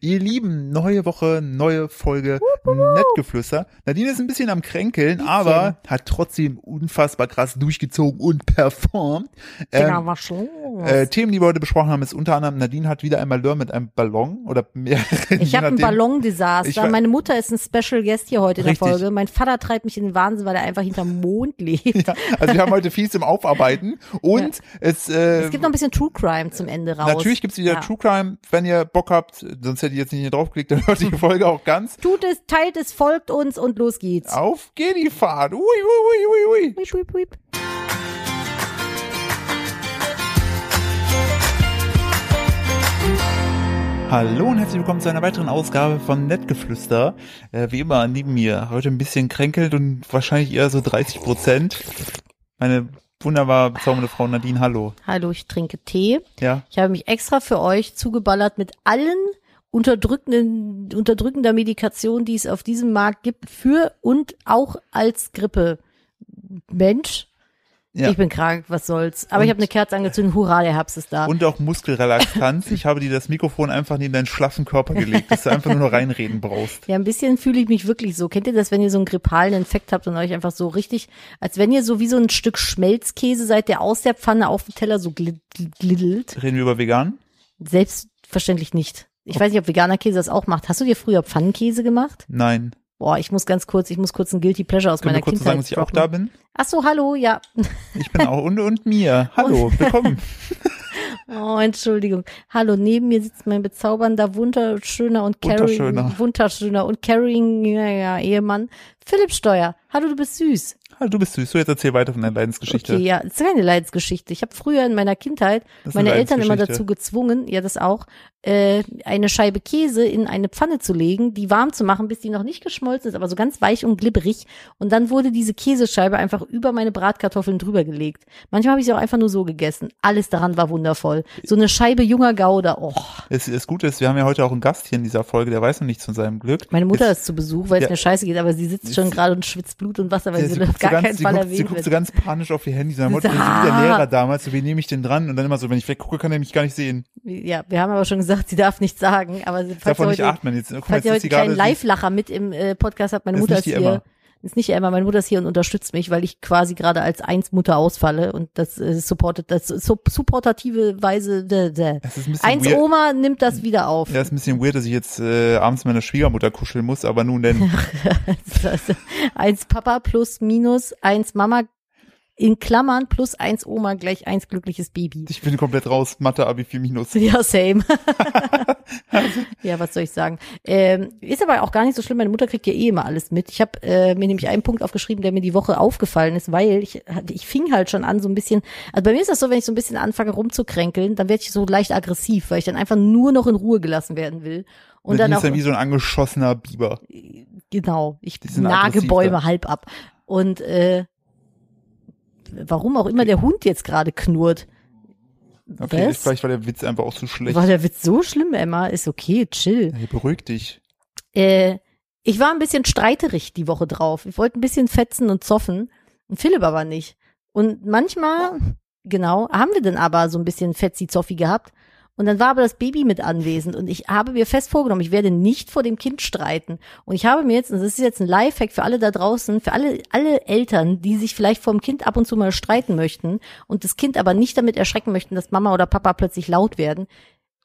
Ihr Lieben, neue Woche, neue Folge Nettgeflüster. Nadine ist ein bisschen am Kränkeln, aber hat trotzdem unfassbar krass durchgezogen und performt. Digga, Ähm, was Genau, los? äh, Themen, die wir heute besprochen haben, ist unter anderem, Nadine hat wieder einmal Lör mit einem Ballon oder mehreren. ich je habe ein nachdem. Ich Ballondesaster. wei- Meine Mutter ist ein Special Guest hier heute in der Richtig. Folge. Mein Vater treibt mich in den Wahnsinn, weil er einfach hinterm Mond lebt. Ja, also wir haben heute viel zum Aufarbeiten und es, äh, Es gibt noch ein bisschen True Crime zum Ende raus. natürlich gibt's wieder Ja. True Crime, wenn ihr Bock habt, sonst hätte ich jetzt nicht hier draufgeklickt, dann hört die Folge auch ganz. Tut es, teilt es, folgt uns und los geht's. Auf geht die Fahrt. Ui, ui, ui, ui, ui. Wiep, wiep, wiep. Hallo und herzlich willkommen zu einer weiteren Ausgabe von Nettgeflüster. Äh, wie immer neben mir, heute ein bisschen kränkelt und wahrscheinlich eher so 30 Prozent. Meine wunderbar bezaubernde Frau Nadine, hallo. Hallo, ich trinke Tee. Ja, Ich habe mich extra für euch zugeballert mit allen unterdrückenden, unterdrückender Medikation, die es auf diesem Markt gibt, für und auch als Grippe. Mensch, ja. ich bin krank, was soll's. Aber ich Und- habe eine Kerze angezündet, hurra, der Herbst ist da. Und auch Muskelrelaxanz. Ich habe dir das Mikrofon einfach neben deinen schlaffen Körper gelegt, dass du einfach nur noch reinreden brauchst. ja, ein bisschen fühle ich mich wirklich so. Kennt ihr das, wenn ihr so einen grippalen Infekt habt und euch einfach so richtig, als wenn ihr so wie so ein Stück Schmelzkäse seid, der aus der Pfanne auf den Teller so glid- gliddelt? Reden wir über vegan? Selbstverständlich nicht. Ich weiß nicht, ob veganer Käse das auch macht. Hast du dir früher Pfannenkäse gemacht? Nein. Boah, ich muss ganz kurz, ich muss kurz ein Guilty Pleasure aus Können wir meiner kurz Kindheit sagen, dass ich auch da droppen. bin? Ach so, hallo, ja. Ich bin auch und, und mir. Hallo, willkommen. Oh, Entschuldigung. Hallo, neben mir sitzt mein bezaubernder, wunderschöner und carrying, Wunderschöner. wunderschöner und carrying ja, ja, Ehemann Philipp Steuer. Hallo, du bist süß. Ah, du bist süß. So, jetzt erzähl weiter von deiner Leidensgeschichte. Okay, ja, ist keine Leidensgeschichte. Ich habe früher in meiner Kindheit Das ist eine meine Eltern immer Leidensgeschichte. dazu gezwungen, ja das auch, äh, eine Scheibe Käse in eine Pfanne zu legen, die warm zu machen, bis die noch nicht geschmolzen ist, aber so ganz weich und glibberig. Und dann wurde diese Käsescheibe einfach über meine Bratkartoffeln drüber gelegt. Manchmal habe ich sie auch einfach nur so gegessen. Alles daran war wundervoll. So eine Scheibe junger Gouda. Oh, Es, das Gute ist, wir haben ja heute auch einen Gast hier in dieser Folge, der weiß noch nichts von seinem Glück. meine Mutter Jetzt- ist zu Besuch, weil es Ja. mir scheiße geht, aber sie sitzt schon Jetzt- gerade und schwitzt Blut und Wasser, weil Ja, sie, sie, Also auf guckt so gar ganz, keinen sie, Fall guckt, sie erwähnt guckt wird. so ganz panisch auf ihr Handy. Sie Sie Mutter, so, wie der ah. Lehrer damals, so, wie nehme ich den dran? Und dann immer so, wenn ich weggucke, kann er mich gar nicht sehen. Ja, wir haben aber schon gesagt, sie darf nichts sagen, aber sie Ich darf falls auch ihr nicht heute, atmen. Jetzt, guck mal, falls ihr jetzt ist heute sie einen kleinen gerade. Live-Lacher mit im äh, Podcast habt, meine Ist Mutter nicht ist die hier. Emma. Ist nicht Emma, meine Mutter ist hier und unterstützt mich, weil ich quasi gerade als eins Mutter ausfalle und das äh, supportet, das so supportative Weise. Dä, dä. Das ist ein bisschen Eins weird. Oma nimmt das wieder auf. Ja, ist ein bisschen weird, dass ich jetzt äh, abends meine Schwiegermutter kuscheln muss, aber nun denn. Das heißt, eins Papa plus minus eins Mama in Klammern plus eins Oma gleich eins glückliches Baby. Ich bin komplett raus. Mathe, Abi, 4 Minus. Ja, same. ja, was soll ich sagen? Ähm, ist aber auch gar nicht so schlimm. Meine Mutter kriegt ja eh immer alles mit. Ich habe äh, mir nämlich einen Punkt aufgeschrieben, der mir die Woche aufgefallen ist, weil ich, ich fing halt schon an so ein bisschen. Also bei mir ist das so, wenn ich so ein bisschen anfange rumzukränkeln, dann werde ich so leicht aggressiv, weil ich dann einfach nur noch in Ruhe gelassen werden will. Und dann Nadine auch ist dann wie so ein angeschossener Biber. genau, ich sind nage aggressiv, Bäume ja. halb ab. Und äh, warum auch immer der Hund jetzt gerade knurrt. Okay, Was? vielleicht war der Witz einfach auch zu schlecht. War der Witz so schlimm, Emma? Ist okay, chill. Hey, beruhig dich. äh, ich war ein bisschen streiterig die Woche drauf. Ich wollte ein bisschen fetzen und zoffen. Und Philipp aber nicht. Und manchmal, genau, haben wir denn aber so ein bisschen fetzi-zoffi gehabt. Und dann war aber das Baby mit anwesend und ich habe mir fest vorgenommen, ich werde nicht vor dem Kind streiten. Und ich habe mir jetzt, und das ist jetzt ein Lifehack für alle da draußen, für alle, alle Eltern, die sich vielleicht vom Kind ab und zu mal streiten möchten und das Kind aber nicht damit erschrecken möchten, dass Mama oder Papa plötzlich laut werden.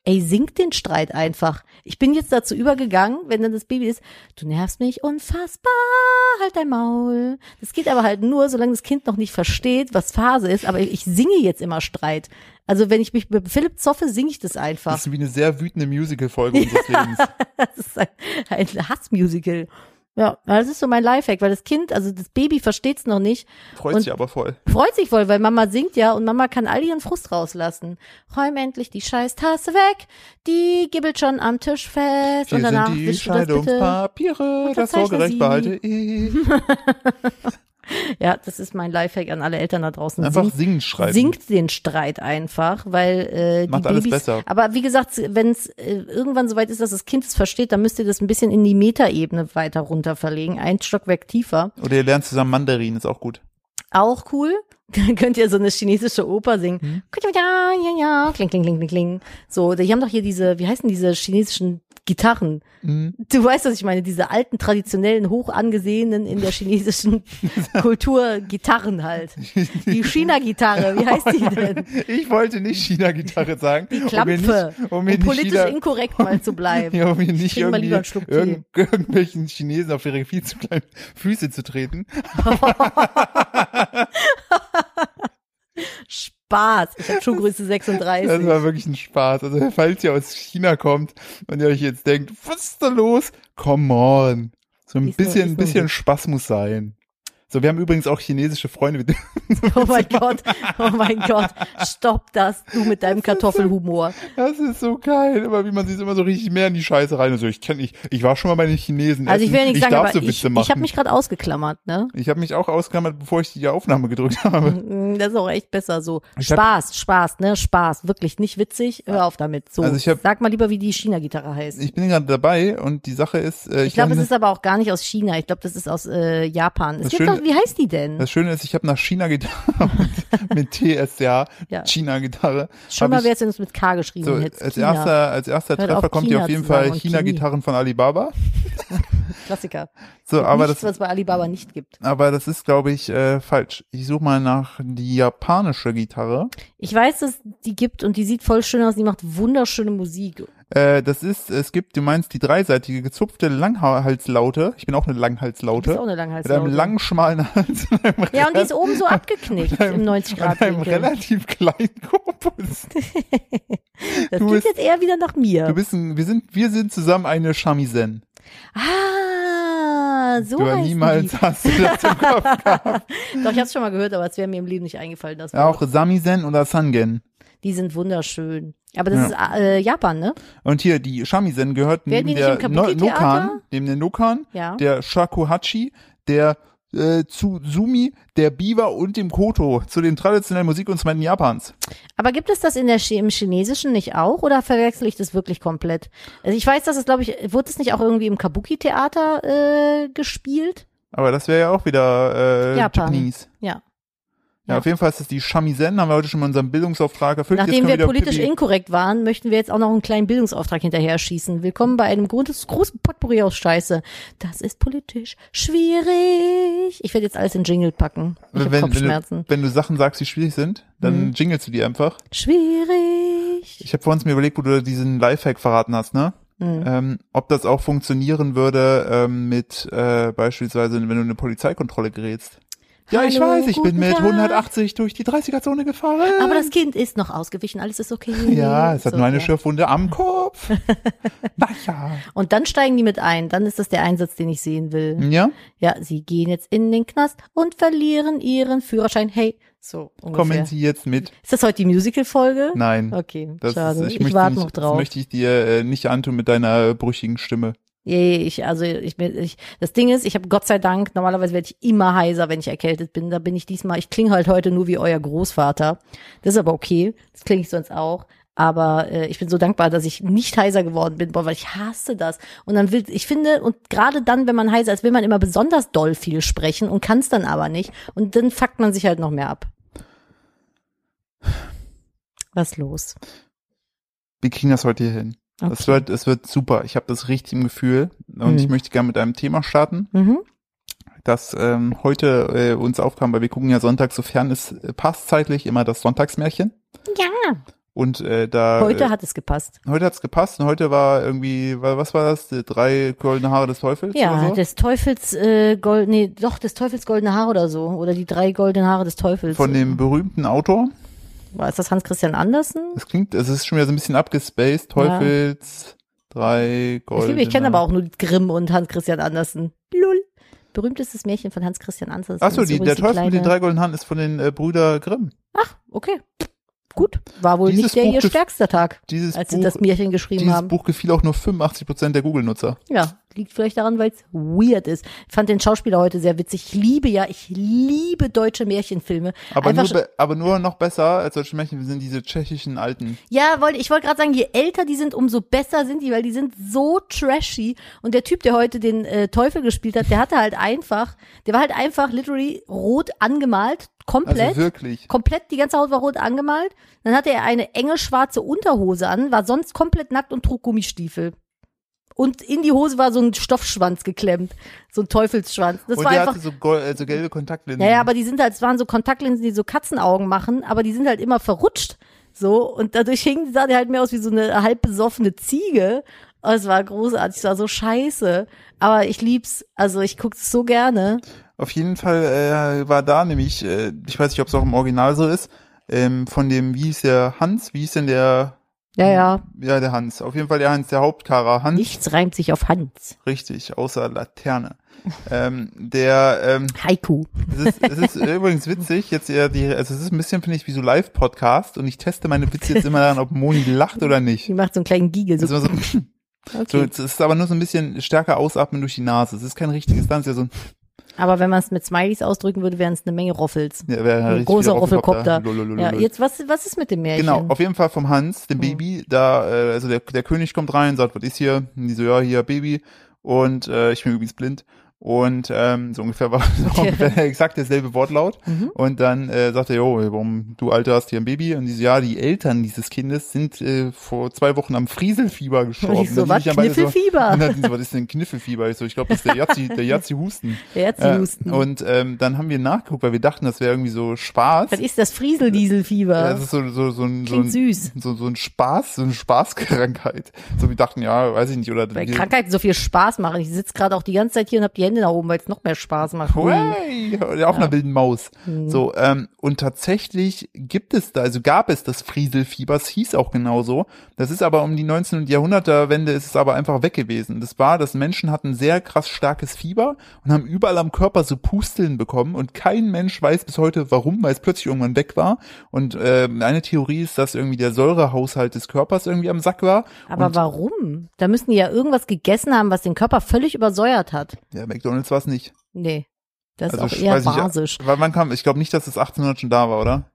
Ey, singt den Streit einfach. Ich bin jetzt dazu übergegangen, wenn dann das Baby ist, du nervst mich unfassbar, halt dein Maul. Das geht aber halt nur, solange das Kind noch nicht versteht, was Phase ist, aber ich singe jetzt immer Streit. Also wenn ich mich mit Philipp zoffe, singe ich das einfach. Das ist wie eine sehr wütende Musical-Folge unseres Lebens. Das ist ein, ein Hassmusical. Ja, das ist so mein Lifehack, weil das Kind, also das Baby versteht's noch nicht, Freut Und- sich aber voll. freut sich voll, weil Mama singt ja und Mama kann all ihren Frust rauslassen. Räum endlich die scheiß Tasse weg, die gibbelt schon am Tisch fest Hier und danach sind die wischst du das bitte. Scheidungspapiere, das Unterzeichne Sorgerecht sie. behalte ich. Ja, das ist mein Lifehack an alle Eltern da draußen. Einfach Singt- singen schreiben. Singt den Streit einfach, weil äh, die Macht alles Babys. besser. Aber wie gesagt, wenn es äh, irgendwann soweit ist, dass das Kind es versteht, dann müsst ihr das ein bisschen in die Metaebene weiter runter verlegen, ein Stockwerk tiefer. Oder ihr lernt zusammen Mandarin, ist auch gut. Auch cool. Dann könnt ihr so eine chinesische Oper singen. Hm? Ja, ja, ja, kling, kling, kling, kling, kling. So, die haben doch hier diese, wie heißen diese chinesischen Gitarren? Mhm. Du weißt, was ich meine, diese alten, traditionellen, hoch angesehenen in der chinesischen Kultur Gitarren halt. Die China-Gitarre, wie heißt die denn? Ich wollte nicht China-Gitarre sagen. Die Klampfe, um mir Um nicht, um mir nicht politisch China, inkorrekt mal zu bleiben. ja, um mir nicht trinke mal irgendwie lieber einen Schluck Tee. irgend, irgendwelchen Chinesen auf ihre viel zu kleinen Füße zu treten. Spaß. Ich habe Schuhgröße 36. Das war wirklich ein Spaß. Also falls ihr aus China kommt und ihr euch jetzt denkt, was ist da los? Come on. So ein Ist bisschen, nur- ist ein nur ein bisschen Witz. Spaß muss sein. So, wir haben übrigens auch chinesische Freunde. Mit Oh mein Gott, oh mein Gott, stopp das, du mit deinem Kartoffelhumor. Das ist so geil, aber wie man sieht, immer so richtig mehr in die Scheiße rein. Also ich kenne ich, ich war schon mal bei den Chinesen. Also ich will ja essen. nicht sagen, Ne, darf aber so ich, Witze ich machen. habe mich gerade ausgeklammert, ne? ich habe mich auch ausgeklammert, bevor ich die Aufnahme gedrückt habe. Mm, Das ist auch echt besser so. Ich hab- Spaß, Spaß, ne? Spaß, wirklich nicht witzig. Hör auf damit. So, Also ich hab- sag mal lieber, wie die China-Gitarre heißt. Ich, Ich bin gerade dabei und die Sache ist, äh, ich, glaube, lerne- es ist aber auch gar nicht aus China. Ich glaube, das ist aus äh, Japan. Es Das gibt Schöne- doch, wie heißt die denn? das Schöne ist, ich habe nach China Gitarre mit, mit TSA, Ja. China-Gitarre. Schon hab mal ich- wäre es, wenn du es mit K geschrieben So, hättest. als China. erster, als erster Hört Treffer auf, kommt China hier auf jeden zu sagen Fall und China-Gitarren von Alibaba. Klassiker. So, aber Nichts, das, was bei Alibaba nicht gibt. aber das ist, glaube ich, äh, falsch. Ich suche mal nach die japanische Gitarre. Ich weiß, dass die gibt und die sieht voll schön aus. Die macht wunderschöne Musik. Äh, das ist, es gibt, du meinst die dreiseitige gezupfte Langhalslaute. Ich bin auch eine Das ist Langhalslaute. auch eine mit einem Langhalslaute. langen, schmalen Hals und einem, Ja, und die ist oben so abgeknickt einem- im 90 und Grad einem Winkel. relativ kleinen Korpus. Das du klingt bist- jetzt eher wieder nach Du mir. bist ein, wir sind, wir sind zusammen eine Shamisen. Ah, so du heißt niemals die. hast du das im Kopf. Doch, ich hab's schon mal gehört, aber es wäre mir im Leben nicht eingefallen. Das Auch Wort. Samisen oder Sangen. Die sind wunderschön. Aber das ist äh, Japan, ne? Und hier, die Shamisen gehört neben Werden die der nicht im Kabuki-Theater? Nokan, neben der Nokan, Ja. der Shakuhachi, der äh, Tsuzumi, der Biwa und dem Koto zu den traditionellen Musikinstrumenten Japans. Aber gibt es das in der Chi- im Chinesischen nicht auch oder verwechsel ich das wirklich komplett? Also ich weiß, dass es, glaube ich, wurde es nicht auch irgendwie im Kabuki-Theater äh, gespielt? Aber das wäre ja auch wieder äh, Japan. Japanese. Ja. Ja, Ja. auf jeden Fall ist das die Shamisen, haben wir heute schon mal unseren Bildungsauftrag erfüllt. Jetzt Nachdem können wir wieder politisch Pipi- inkorrekt waren, möchten wir jetzt auch noch einen kleinen Bildungsauftrag hinterher schießen. Willkommen bei einem großes, großen Potpourri aus Scheiße. Das ist politisch schwierig. Ich werde jetzt alles in Jingle packen. Ich hab wenn, wenn, Kopfschmerzen. du, wenn du Sachen sagst, die schwierig sind, Mhm. dann jingelst du die einfach. schwierig. Ich habe vorhin mir überlegt, wo du diesen Lifehack verraten hast, ne? Mhm. Ähm, ob das auch funktionieren würde ähm, mit äh, beispielsweise, wenn du in eine Polizeikontrolle gerätst. Ja, ich Hallo, weiß, ich bin guten mit Tag. 180 durch die 30er-Zone gefahren. Aber das Kind ist noch ausgewichen, alles ist okay. ja, es hat So, nur eine ja. Schürfwunde am Kopf. naja. Und dann steigen die mit ein. Dann ist das der Einsatz, den ich sehen will. Ja, Ja, sie gehen jetzt in den Knast und verlieren ihren Führerschein. Hey, so ungefähr. kommen Sie jetzt mit. Ist das heute die Musical-Folge? Nein. Okay, Das schade. Ist, ich ich möchte warte nicht, noch drauf. Das möchte ich dir äh, nicht antun mit deiner brüchigen Stimme. Nee, ich, also ich bin, ich, das Ding ist, ich habe Gott sei Dank, normalerweise werde ich immer heiser, wenn ich erkältet bin. Da bin ich diesmal, ich klinge halt heute nur wie euer Großvater. Das ist aber okay, das klinge ich sonst auch. Aber äh, ich bin so dankbar, dass ich nicht heiser geworden bin, boah, weil ich hasse das. Und dann will, ich finde, und gerade dann, wenn man heiser ist, will man immer besonders doll viel sprechen und kann es dann aber nicht. Und dann fuckt man sich halt noch mehr ab. Was los? Wir kriegen das heute hier hin. Es Okay. wird, es wird super. Ich habe das richtig im Gefühl. Und Mhm. ich möchte gerne mit einem Thema starten, Mhm. das ähm, heute äh, uns aufkam, weil wir gucken ja sonntags, sofern es äh, passt zeitlich, immer das Sonntagsmärchen. Ja. Und äh, da Heute äh, hat es gepasst. heute hat's gepasst und heute war irgendwie, wa- was war das? Die drei goldene Haare des Teufels Ja, oder so? des Teufels äh, gold, nee, doch des Teufels goldene Haare oder so oder die drei goldenen Haare des Teufels. Von dem berühmten Autor. war ist das Hans Christian Andersen? Das klingt, es ist schon wieder so ein bisschen abgespaced. Teufels, drei Ich, goldene. liebe, ich kenne aber auch nur Grimm und Hans Christian Andersen. Lul. Berühmtestes Märchen von Hans Christian Andersen. Achso, ist die, übrigens der Teufel mit den kleine- drei goldenen Haaren ist von den äh, Brüder Grimm. Okay, gut, war wohl Dieses nicht der Buch ihr gef- stärkster Tag, Dieses, als sie Buch, das Märchen geschrieben dieses haben. Buch gefiel auch nur 85% der Google-Nutzer. Ja, liegt vielleicht daran, weil es weird ist. Ich fand den Schauspieler heute sehr witzig. Ich liebe ja, ich liebe deutsche Märchenfilme. Aber Einfach nur, schon- be- aber nur noch besser als solche Märchen sind diese tschechischen alten. Ja, wollte ich wollte gerade sagen, je älter die sind, umso besser sind die, weil die sind so trashy. Und der Typ, der heute den äh, Teufel gespielt hat, der hatte halt einfach, der war halt einfach literally rot angemalt, komplett. Also wirklich. komplett die ganze Haut war rot angemalt. Dann hatte er eine enge schwarze Unterhose an, war sonst komplett nackt und trug Gummistiefel. Und in die Hose war so ein Stoffschwanz geklemmt, so ein Teufelsschwanz. Das und war der einfach. hatte so, gol- äh, so gelbe Kontaktlinsen. Ja, ja, aber die sind halt, es waren so Kontaktlinsen, die so Katzenaugen machen, aber die sind halt immer verrutscht. So, und dadurch hing, sah der halt mehr aus wie so eine halb besoffene Ziege. Oh, es war großartig, es war so scheiße. Aber ich lieb's, also ich guck's so gerne. Auf jeden Fall äh, war da nämlich, äh, ich weiß nicht, ob es auch im Original so ist, ähm, von dem, wie hieß der Hans, wie hieß denn der, Ja, ja. ja, der Hans, auf jeden Fall der Hans, der Hauptcharakter Hans, Nichts reimt sich auf Hans. richtig, außer Laterne. ähm, der, ähm, Haiku. es ist, es ist äh, übrigens witzig, jetzt eher die, also es ist ein bisschen, finde ich, wie so Live-Podcast und ich teste meine Witze jetzt immer daran, ob Moni lacht oder nicht. Die macht so einen kleinen Giegel. So, Also so, so, okay. es ist aber nur so ein bisschen stärker ausatmen durch die Nase. Es ist kein richtiges Tanz, ja, so ein, Aber wenn man es mit Smileys ausdrücken würde, wären es eine Menge Roffels. ja, wäre Ein richtig großer wieder Roffelkopter. Lololololol. Ja, jetzt, was, was ist mit dem Märchen? Genau, auf jeden Fall vom Hans, Oh. dem Baby, da, äh, also der, der König kommt rein, sagt, was ist hier? Und die so, ja, hier, Baby. Und äh, ich bin übrigens blind. Und ähm, so ungefähr war so ungefähr exakt derselbe Wortlaut. Mhm. Und dann äh, sagt er, jo, warum du Alter hast hier ein Baby? Und die so, ja, die Eltern dieses Kindes sind äh, vor zwei Wochen am Frieselfieber gestorben. ich so, Dann was? sind die dann beide Kniffelfieber? So, und dann sind sie so, was ist denn Kniffelfieber? Ich so, ich glaube, das ist der Jazzi, der Jazzi-Husten. Der Erzhusten. Äh, und ähm, dann haben wir nachgeguckt, weil wir dachten, das wäre irgendwie so Spaß. was ist das Frieseldieselfieber? Ja, Das ist so, so, so ein, so Klingt ein süß. so, so ein Spaß, so eine Spaßkrankheit. So wir dachten, ja, weiß ich nicht, oder Weil wir- Krankheiten so viel Spaß machen. Ich sitze gerade auch die ganze Zeit hier und habe die Hände nach oben, weil es noch mehr Spaß macht. Ui. Hui, oder auf einer wilden Maus. So, ähm, und tatsächlich gibt es da, also gab es das Frieselfieber, es hieß auch genauso. Das ist aber um die 19. und Jahrhundertwende ist es aber einfach weg gewesen. Das war, dass Menschen hatten sehr krass starkes Fieber und haben überall am Körper so Pusteln bekommen und kein Mensch weiß bis heute warum, weil es plötzlich irgendwann weg war. Und äh, eine Theorie ist, dass irgendwie der Säurehaushalt des Körpers irgendwie am Sack war. Aber und, warum? Da müssen die ja irgendwas gegessen haben, was den Körper völlig übersäuert hat. ja, McDonalds war es nicht. Nee. Das ist Also, auch ich eher weiß nicht, basisch. Weil man kam, ich glaube nicht, dass es 1800 schon da war, oder?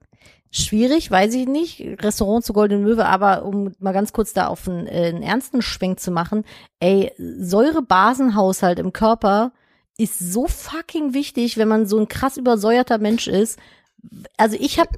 Schwierig, weiß ich nicht. Restaurant zu Golden Möwe, aber um mal ganz kurz da auf einen, äh, einen ernsten Schwenk zu machen, ey, Säurebasenhaushalt im Körper ist so fucking wichtig, wenn man so ein krass übersäuerter Mensch ist. Also ich habe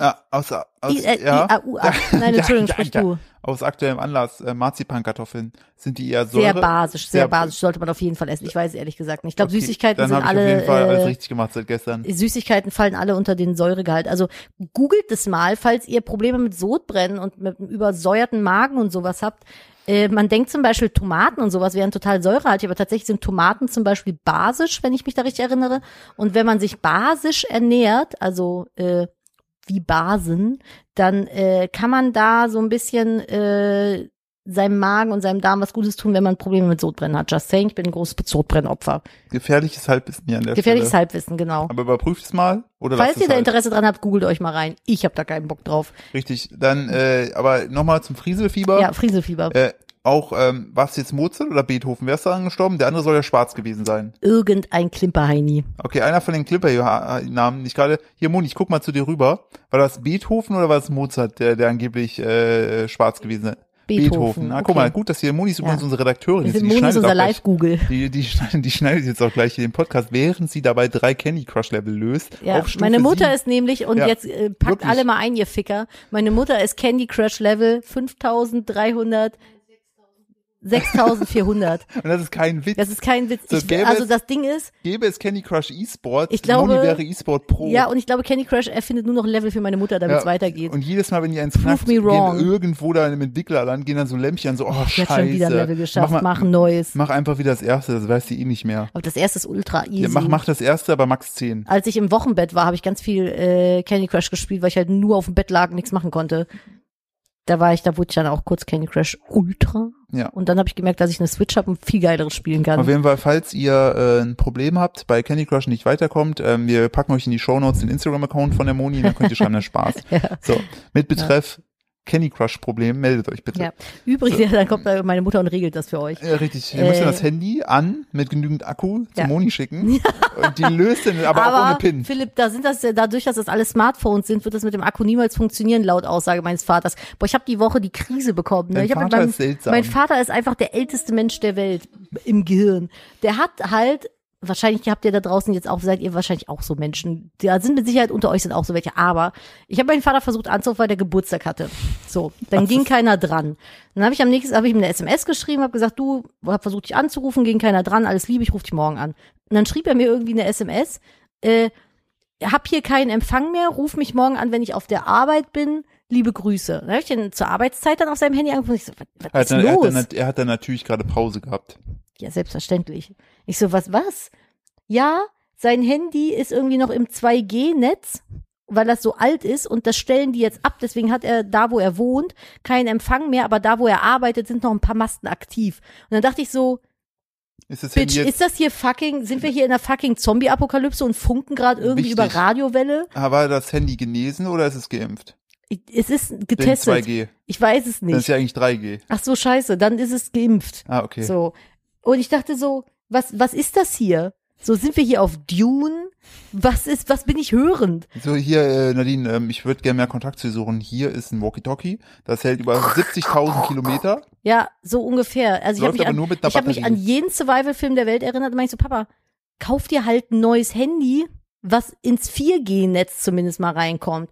Ah, aus, aus, I, äh, ja, IAU Nein, Ja, Entschuldigung, ja, sprich ja. du. aus aktuellem Anlass, äh, Marzipankartoffeln, sind die eher Säure? Sehr basisch, sehr, Sehr- basisch. Sollte man auf jeden Fall essen. Ich weiß alles ehrlich gesagt nicht. Ich glaube, Okay, Süßigkeiten dann sind hab ich auf alle. jeden Fall alles Äh, richtig gemacht seit gestern. Süßigkeiten fallen alle unter den Säuregehalt. Also googelt das mal, falls ihr Probleme mit Sodbrennen und mit einem übersäuerten Magen und sowas habt. Äh, Man denkt zum Beispiel, Tomaten und sowas wären total säurehaltig, aber tatsächlich sind Tomaten zum Beispiel basisch, wenn ich mich da richtig erinnere. Und wenn man sich basisch ernährt, also äh, wie Basen, dann äh, kann man da so ein bisschen äh, seinem Magen und seinem Darm was Gutes tun, wenn man Probleme mit Sodbrennen hat. Just saying, ich bin ein großes Sodbrennopfer. Gefährliches Halbwissen hier an der Gefährliches Stelle. Halbwissen, genau. Aber überprüft es mal oder Falls lasst ihr es da halt. Interesse dran habt, googelt euch mal rein. Ich habe da keinen Bock drauf. Richtig. Dann, äh, aber nochmal zum Frieselfieber. Ja, Frieselfieber. Äh, auch, ähm, was jetzt Mozart oder Beethoven? Wer ist daran gestorben? Der andere soll ja schwarz gewesen sein. Irgendein Klimperheini. Okay, einer von den Clipper-Namen, nicht gerade. Hier, Moni, ich guck mal zu dir rüber. War das Beethoven oder war das Mozart, der, der angeblich äh, schwarz gewesen ist? Beethoven, Ah, okay. guck mal, gut, dass hier Moni ist übrigens Ja. unsere Redakteurin. Das Jetzt, ist die Moni schneidet unser auch gleich- Live-Google. Die, die, schneidet, die schneidet jetzt auch gleich hier den Podcast, während sie dabei drei Candy Crush Level löst. Ja, auf Stufe meine Mutter sieben. ist nämlich, und Ja, jetzt äh, packt wirklich. alle mal ein, ihr Ficker. Meine Mutter ist Candy Crush Level 5300, 6400. Und das ist kein Witz. Das ist kein Witz. So, Ich, gäbe also es- das Ding ist, Gäbe es Candy Crush E-Sport, Ich glaube- Moni wäre E-Sport Pro. ja, und ich glaube, Candy Crush erfindet nur noch ein Level für meine Mutter, damit es Oh. Ja, weitergeht. Und jedes Mal, wenn ihr eins knackt, me gehen wrong. irgendwo da im Entwicklerland, gehen dann so Lämpchen, so, oh, Ich habe scheiße. schon wieder ein Level geschafft, mach, mach, mal, ein neues. mach einfach wieder das erste, das weiß sie eh nicht mehr. Aber das erste ist ultra easy. Ja, mach, mach das erste, aber max 10. Als ich im Wochenbett war, habe ich ganz viel äh, Candy Crush gespielt, weil ich halt nur auf dem Bett lag und nichts machen konnte. Da war ich, da wurde ich dann auch kurz Candy Crush Ultra. Ja. Und dann habe ich gemerkt, dass ich eine Switch habe und viel geileres spielen Auf kann. jeden Fall, falls ihr äh, ein Problem habt, bei Candy Crush nicht weiterkommt, ähm, wir packen euch in die Shownotes den Instagram-Account von der Moni, dann könnt ihr schreiben, der Spaß. Ja. So, mit Betreff Candy Crush-Problem, meldet euch bitte. Ja. Übrigens, ja, dann kommt da meine Mutter und regelt das für euch. Ja, richtig. Ihr müsst Äh. dann das Handy an mit genügend Akku zu Ja. Moni schicken. Und die löst dann aber, auch ohne PIN. Philipp, da sind das dadurch, dass das alle Smartphones sind, wird das mit dem Akku niemals funktionieren, laut Aussage meines Vaters. Boah, ich habe die Woche die Krise bekommen. Ne? Dein Ich hab mit Vater meinem, ist seltsam. Mein Vater ist einfach der älteste Mensch der Welt im Gehirn. Der hat halt wahrscheinlich habt ihr da draußen jetzt auch, seid ihr wahrscheinlich auch so Menschen. Da sind mit Sicherheit unter euch sind auch so welche. Aber ich habe meinen Vater versucht anzurufen, weil der Geburtstag hatte. So, dann ging keiner dran. Dann habe ich am nächsten, habe ich ihm eine SMS geschrieben, habe gesagt, du, hab versucht dich anzurufen, ging keiner dran, alles liebe, ich rufe dich morgen an. Und dann schrieb er mir irgendwie eine SMS, äh, hab hier keinen Empfang mehr, ruf mich morgen an, wenn ich auf der Arbeit bin. Liebe Grüße. Dann habe ich den zur Arbeitszeit dann auf seinem Handy angerufen. Ich so, was, Er hat, was dann, ist er, hat los? dann, er hat dann natürlich gerade Pause gehabt. Ja, selbstverständlich. Ich so, was, was? Ja, sein Handy ist irgendwie noch im 2G-Netz, weil das so alt ist und das stellen die jetzt ab. Deswegen hat er da, wo er wohnt, keinen Empfang mehr, aber da, wo er arbeitet, sind noch ein paar Masten aktiv. Und dann dachte ich so, Ist das Bitch, Handy jetzt, ist das hier fucking, sind wir hier in der fucking Zombie-Apokalypse und funken gerade irgendwie Wichtig. über Radiowelle? Ah, war das Handy genesen oder ist es geimpft? Ich- Es ist Wegen getestet. 2G. Ich weiß es Das ist nicht. ja eigentlich 3G. Ach so, scheiße, dann ist es geimpft. Ah, okay. So. Und ich dachte so, was, was ist das hier? So, sind wir hier auf Dune? Was ist, was bin ich hörend? So, hier, äh, Nadine, ähm, ich würde gerne mehr Kontakt zu dir suchen. Hier ist ein Walkie-Talkie. Das hält über 70.000 Kilometer. Ja, so ungefähr. Also ich habe Läuft mich, aber an, nur mit einer ich hab mich an Batterie. jeden Survival-Film der Welt erinnert und meinte ich so, Papa, kauf dir halt ein neues Handy, was ins 4G-Netz zumindest mal reinkommt.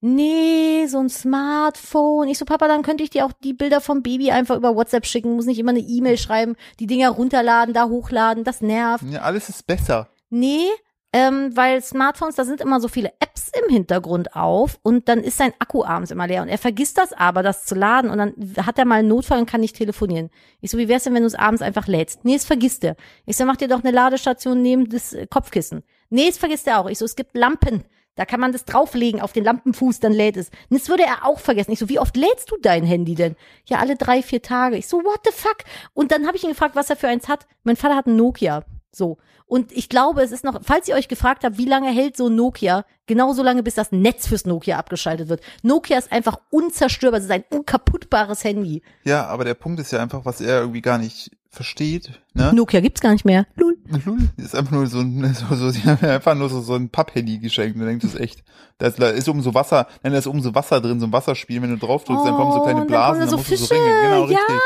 Nee, so ein Smartphone. Ich so, Papa, dann könnte ich dir auch die Bilder vom Baby einfach über WhatsApp schicken, muss nicht immer eine E-Mail schreiben, die Dinger runterladen, da hochladen, das nervt. Ja, alles ist besser. Nee, ähm, weil Smartphones, da sind immer so viele Apps im Hintergrund auf und dann ist sein Akku abends immer leer und er vergisst das aber, das zu laden und dann hat er mal einen Notfall und kann nicht telefonieren. Ich so, wie wär's denn, wenn du es abends einfach lädst? Nee, es vergisst er. Ich so, mach dir doch eine Ladestation neben das äh, Kopfkissen. Nee, es vergisst er auch. Ich so, es gibt Lampen. Da kann man das drauflegen auf den Lampenfuß, dann lädt es. Und das würde er auch vergessen. Ich so, wie oft lädst du dein Handy denn? Ja, alle drei, vier Tage. Ich so, what the fuck? Und dann habe ich ihn gefragt, was er für eins hat. Mein Vater hat ein Nokia. So. Und ich glaube, es ist noch, falls ihr euch gefragt habt, wie lange hält so ein Nokia, genau so lange, bis das Netz fürs Nokia abgeschaltet wird. Nokia ist einfach unzerstörbar, es ist ein unkaputtbares Handy. Ja, aber der Punkt ist ja einfach, was er irgendwie gar nicht versteht, ne? Nokia gibt's gar nicht mehr. Lul. Mhm. Lul. Ist einfach nur so ein, so, so, die haben mir einfach nur so, so ein Papphandy geschenkt. Und dann denkst du, ist echt. Da ist, da ist oben so Wasser, nein, da ist oben so Wasser drin, so ein Wasserspiel. Wenn du drauf drückst, dann kommen so Oh, kleine und dann kommen Blasen, da dann, so musst du so Fische. ringen. Genau, Ja. richtig. Ähm,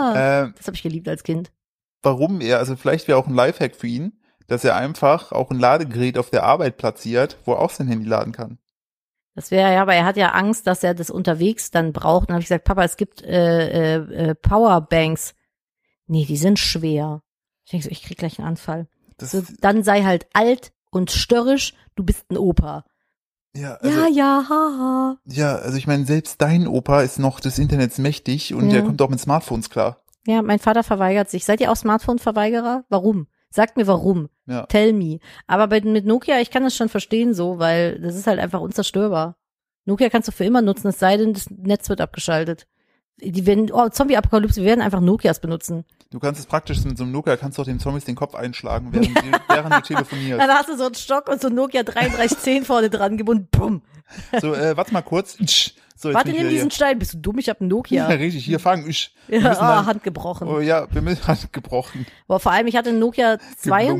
Ah, Das habe ich geliebt als Kind. warum er, also vielleicht wäre auch ein Lifehack für ihn, dass er einfach auch ein Ladegerät auf der Arbeit platziert, wo er auch sein Handy laden kann. Das wäre ja, aber er hat ja Angst, dass er das unterwegs dann braucht. Und dann habe ich gesagt, Papa, es gibt äh, äh, äh, Powerbanks. Nee, die sind schwer. Ich denke so, ich krieg gleich einen Anfall. Das, So, dann sei halt alt und störrisch, du bist ein Opa. ja, also, ja, ja. ja, haha. also ich meine, selbst dein Opa ist noch des Internets mächtig und Ja. der kommt auch mit Smartphones klar. Ja, mein Vater verweigert sich. Seid ihr auch Smartphone-Verweigerer? Warum? Sagt mir warum. Ja. Tell me. Aber bei, mit Nokia, ich kann das schon verstehen so, weil das ist halt einfach unzerstörbar. Nokia kannst du für immer nutzen, es sei denn, das Netz wird abgeschaltet. Die werden, oh, Zombie-Apokalypse, wir werden einfach Nokias benutzen. Du kannst es praktisch mit so einem Nuka, kannst du auch den Zombies den Kopf einschlagen, während, du- während du telefonierst. Dann hast du so einen Stock und so ein Nokia 3310 vorne dran gebunden. Bumm. So, äh, warte mal kurz. Tsch. So, jetzt Warte, bin ich nimm wieder diesen Stein. Bist du dumm? Ich hab ein hier. Ja, Nokia. richtig, hier fangen. Ich. Wir Ja, müssen ah, dann- Hand gebrochen. oh, ja, wir müssen Hand gebrochen. Boah, vor allem, ich hatte ein Nokia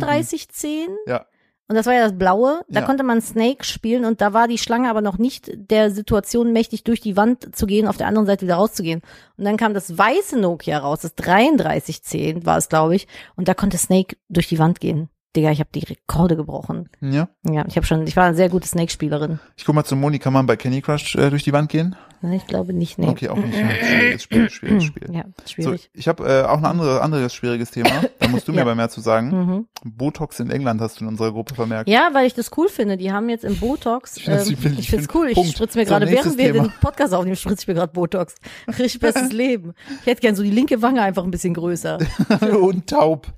3210. Ja. Und das war ja das Blaue. Da Ja. konnte man Snake spielen und da war die Schlange aber noch nicht der Situation mächtig, durch die Wand zu gehen, auf der anderen Seite wieder rauszugehen. Und dann kam das weiße Nokia raus, das 3310 war es, glaube ich. Und da konnte Snake durch die Wand gehen. Digga, ich habe die Rekorde gebrochen. Hm, Ja. Ja, ich habe schon, ich war eine sehr gute Snake-Spielerin. Ich guck mal zu Moni, kann man bei Candy Crush äh, durch die Wand gehen? Ich glaube nicht, nee. Okay, auch nicht. Ja, schwieriges Spiel, schwieriges Spiel. Ja, So, schwierig. ich habe äh, auch ein andere, anderes schwieriges Thema. Da musst du mir Ja. aber mehr zu sagen. Mhm. Botox in England hast du in unserer Gruppe vermerkt. Ja, weil ich das cool finde. Die haben jetzt im Botox. Ich Ich, find's- ähm, ich find- ich find's ich cool. find- Ich Punkt. spritze mir So, gerade, während nächstes wir Thema. den Podcast aufnehmen, spritze ich mir gerade Botox. Richtig bestes Leben. Ich hätte gern so die linke Wange einfach ein bisschen größer. Und taub.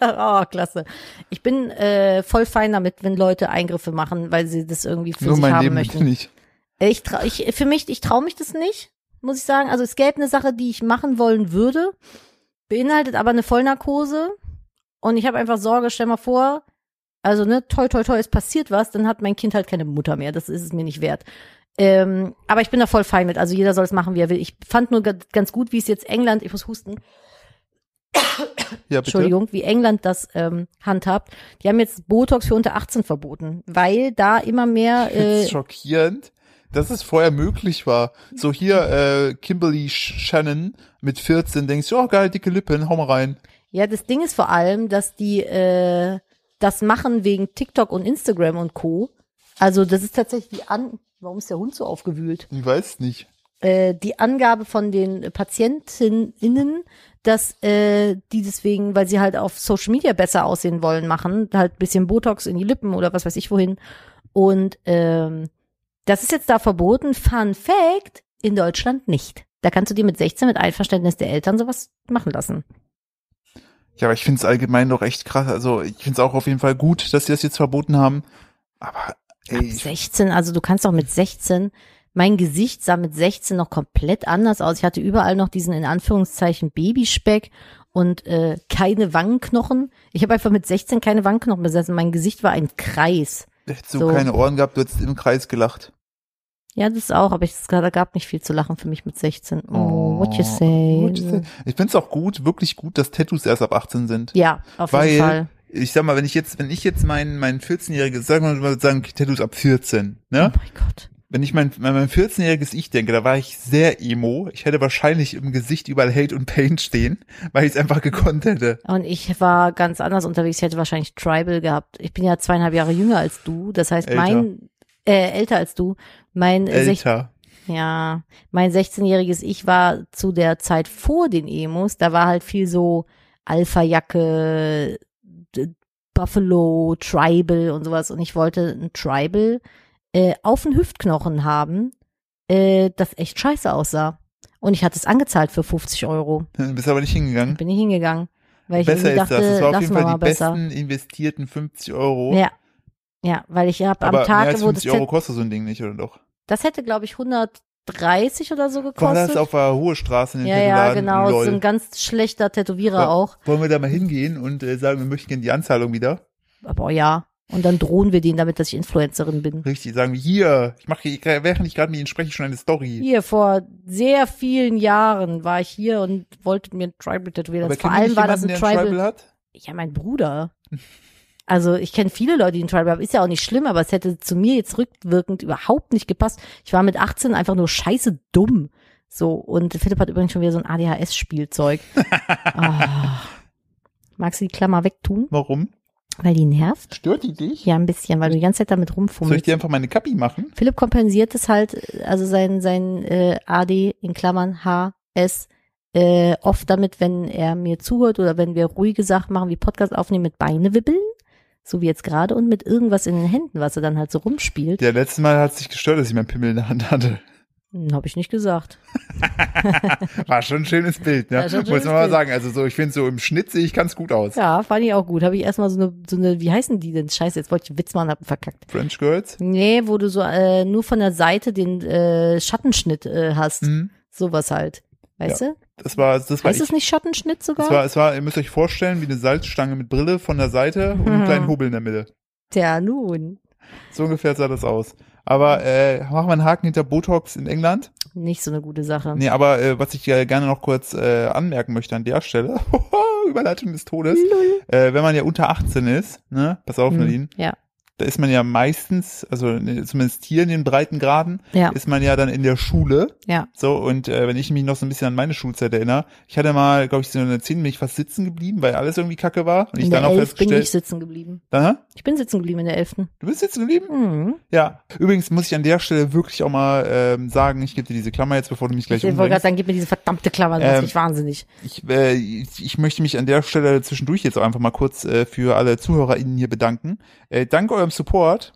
oh, klasse. Ich bin äh, voll fein damit, wenn Leute Eingriffe machen, weil sie das irgendwie für Nur sich mein haben Leben möchten. nicht. Ich trau, ich, für mich, ich traue mich das nicht, muss ich sagen. Also es gäbe eine Sache, die ich machen wollen würde, beinhaltet aber eine Vollnarkose. Und ich habe einfach Sorge, stell mal vor, also ne, toi toi toi, es passiert was, dann hat mein Kind halt keine Mutter mehr. Das ist es mir nicht wert. Ähm, aber ich bin da voll fein mit. Also jeder soll es machen, wie er will. Ich fand nur ga- ganz gut, wie es jetzt England, ich muss husten, Ja, bitte. Entschuldigung, wie England das ähm, handhabt. Die haben jetzt Botox für unter 18 verboten, weil da immer mehr Das äh, ist schockierend, dass es vorher möglich war. So hier äh, Kimberly Sh- Shannon mit 14 denkst du, oh geil, dicke Lippen, hau mal rein. Ja, das Ding ist vor allem, dass die äh, das machen wegen TikTok und Instagram und Co. Also das ist tatsächlich die An... Warum ist der Hund so aufgewühlt? Ich weiß nicht. Äh, die Angabe von den PatientInnen, dass äh, die deswegen, weil sie halt auf Social Media besser aussehen wollen, machen, halt ein bisschen Botox in die Lippen oder was weiß ich wohin. Und ähm, das ist jetzt da verboten. Fun Fact, in Deutschland nicht. Da kannst du dir mit 16 mit Einverständnis der Eltern sowas machen lassen. Ja, aber ich finde es allgemein doch echt krass. Also ich finde es auch auf jeden Fall gut, dass sie das jetzt verboten haben. Aber Ab ey, 16, also du kannst doch mit 16, mein Gesicht sah mit 16 noch komplett anders aus. Ich hatte überall noch diesen in Anführungszeichen Babyspeck und äh, keine Wangenknochen. Ich habe einfach mit 16 keine Wangenknochen besessen. Mein Gesicht war ein Kreis. hättest du so. keine Ohren gehabt, du hättest im Kreis gelacht. Ja, das auch, aber ich, es gab- da gab nicht viel zu lachen für mich mit 16. Oh, what you say? What you say? Ich finde es auch gut, wirklich gut, dass Tattoos erst ab 18 sind. Ja, auf Weil- jeden Fall. Ich sag mal, wenn ich jetzt, wenn ich jetzt meinen mein 14-jähriges, sagen wir mal, sagen Tattoos ab 14, ne? Oh mein Gott. Wenn ich mein, mein, mein 14-jähriges Ich denke, da war ich sehr emo. Ich hätte wahrscheinlich im Gesicht überall Hate und Pain stehen, weil ich es einfach gekonnt hätte. Und ich war ganz anders unterwegs. Ich hätte wahrscheinlich Tribal gehabt. Ich bin ja zweieinhalb Jahre jünger als du. Das heißt, Älter. mein äh, älter als du. Mein äh, sech- Älter. ja, mein 16-jähriges Ich war zu der Zeit vor den Emos. Da war halt viel so Alpha-Jacke, d- Buffalo, Tribal und sowas. Und ich wollte ein Tribal äh, auf den Hüftknochen haben, äh, das echt scheiße aussah. Und ich hatte es angezahlt für 50 Euro. Bist aber nicht hingegangen. Bin ich hingegangen. Weil ich Besser irgendwie ist dachte, das. Das war auf lassen jeden wir Fall mal die besser. besten investierten 50 Euro. Ja. Ja, weil ich aber habe am mehr Tag, als wo das 50 Euro Tat- kostet so ein Ding nicht, oder doch? das hätte glaube ich 130 oder so War das gekostet. auf der Hohe Straße in den ja, ja, Tattoo-Laden? genau, Lol. so ein ganz schlechter Tätowierer Ja. auch. Wollen wir da mal hingehen und äh, sagen, wir möchten gerne die Anzahlung wieder? Aber ja, und dann drohen wir denen damit, dass ich Influencerin bin. Richtig, sagen wir hier. Ich mache, hier- während ich gerade mit Ihnen spreche, schon eine Story. Hier vor sehr vielen Jahren war ich hier und wollte mir ein Tribal tätowieren. aber lassen. Vor kennen wir allem nicht war das ein jemanden, der einen Tribal. Tribal hat? Ja, mein Bruder. Also ich kenne viele Leute, die ein Tribal haben. Ist ja auch nicht schlimm, aber es hätte zu mir jetzt rückwirkend überhaupt nicht gepasst. Ich war mit 18 einfach nur scheiße dumm. So, und Philipp hat übrigens schon wieder so ein ADHS-Spielzeug. Ah. Magst du die Klammer wegtun? Warum? Weil die nervt? Stört die dich? Ja, ein bisschen, weil du die ganze Zeit damit Soll ich rumfummelst. dir einfach meine Kappi machen? Philipp kompensiert es halt, also sein, sein äh, AD in Klammern HS äh, oft damit, wenn er mir zuhört oder wenn wir ruhige Sachen machen, wie Podcast aufnehmen, mit Beine wibbeln, so wie jetzt gerade, und mit irgendwas in den Händen, was er dann halt so rumspielt. Ja, letztes Mal hat es dich gestört, dass ich meinen Pimmel in der Hand hatte. Hm, Hab ich nicht gesagt. War schon ein schönes Bild, ne? War schon ein Muss schönes man mal Bild. sagen. Also so, ich finde so im Schnitt sehe ich ganz gut aus. Ja, fand ich auch gut. Habe ich erstmal so eine, so eine, wie heißen die denn? Scheiße, jetzt wollte ich einen Witz machen, hab ihn verkackt. French Girls? Nee, wo du so äh, nur von der Seite den äh, Schattenschnitt äh, hast. Mhm. Sowas halt. Weißt du? Das war, das war Heißt ich. es nicht Schattenschnitt sogar? Es war, es war, ihr müsst euch vorstellen, wie eine Salzstange mit Brille von der Seite und einem Mhm. kleinen Hubbel in der Mitte. Tja, nun. So ungefähr sah das aus. Aber äh, machen wir einen Haken hinter Botox in England. Nicht so eine gute Sache. Nee, aber äh, was ich ja gerne noch kurz äh, anmerken möchte an der Stelle, Überleitung des Todes, Mhm. äh, wenn man ja unter 18 ist, ne, pass auf, Hm, Nadine, Ja, da ist man ja meistens, also ne, zumindest hier in den Breitengraden, ja, ist man ja dann in der Schule. ja. So, und äh, wenn ich mich noch so ein bisschen an meine Schulzeit erinnere, ich hatte mal, glaube ich, so eine 10 bin ich fast sitzen geblieben, weil alles irgendwie kacke war. Und ich In dann der auch Elf bin ich festgestellt, sitzen geblieben. Aha, Ich bin sitzen geblieben in der Elften. du bist sitzen geblieben? Mhm. Ja. Übrigens muss ich an der Stelle wirklich auch mal ähm, sagen, ich gebe dir diese Klammer jetzt, bevor du mich Ich gleich wollte gerade umbringst. sagen, gib mir diese verdammte Klammer, das Ähm, macht mich wahnsinnig. Ich, äh, ich, ich möchte mich an der Stelle zwischendurch jetzt auch einfach mal kurz äh, für alle ZuhörerInnen hier bedanken. Äh, dank eurem Support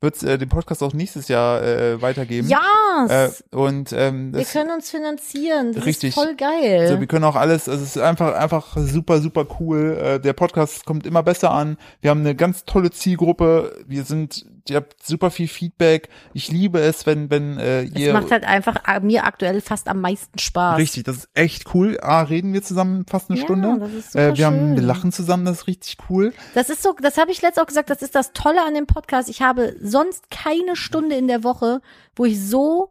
wird's äh, den Podcast auch nächstes Jahr äh, weitergeben. Ja, Äh, und ähm, wir das, können uns finanzieren. Das Richtig. ist voll geil. also, wir können auch alles, also es ist einfach, einfach super, super cool. Äh, der Podcast kommt immer besser an. Wir haben eine ganz tolle Zielgruppe. Wir sind, ihr habt super viel Feedback. Ich liebe es, wenn, wenn äh, das ihr. macht halt einfach a- mir aktuell fast am meisten Spaß. Richtig, das ist echt cool. Ah, reden wir zusammen fast eine Ja, Stunde. das ist äh, super wir haben, wir schön. lachen zusammen, das ist richtig cool. Das ist so, das habe ich letztes auch gesagt, das ist das Tolle an dem Podcast. Ich habe sonst keine Stunde in der Woche, wo ich so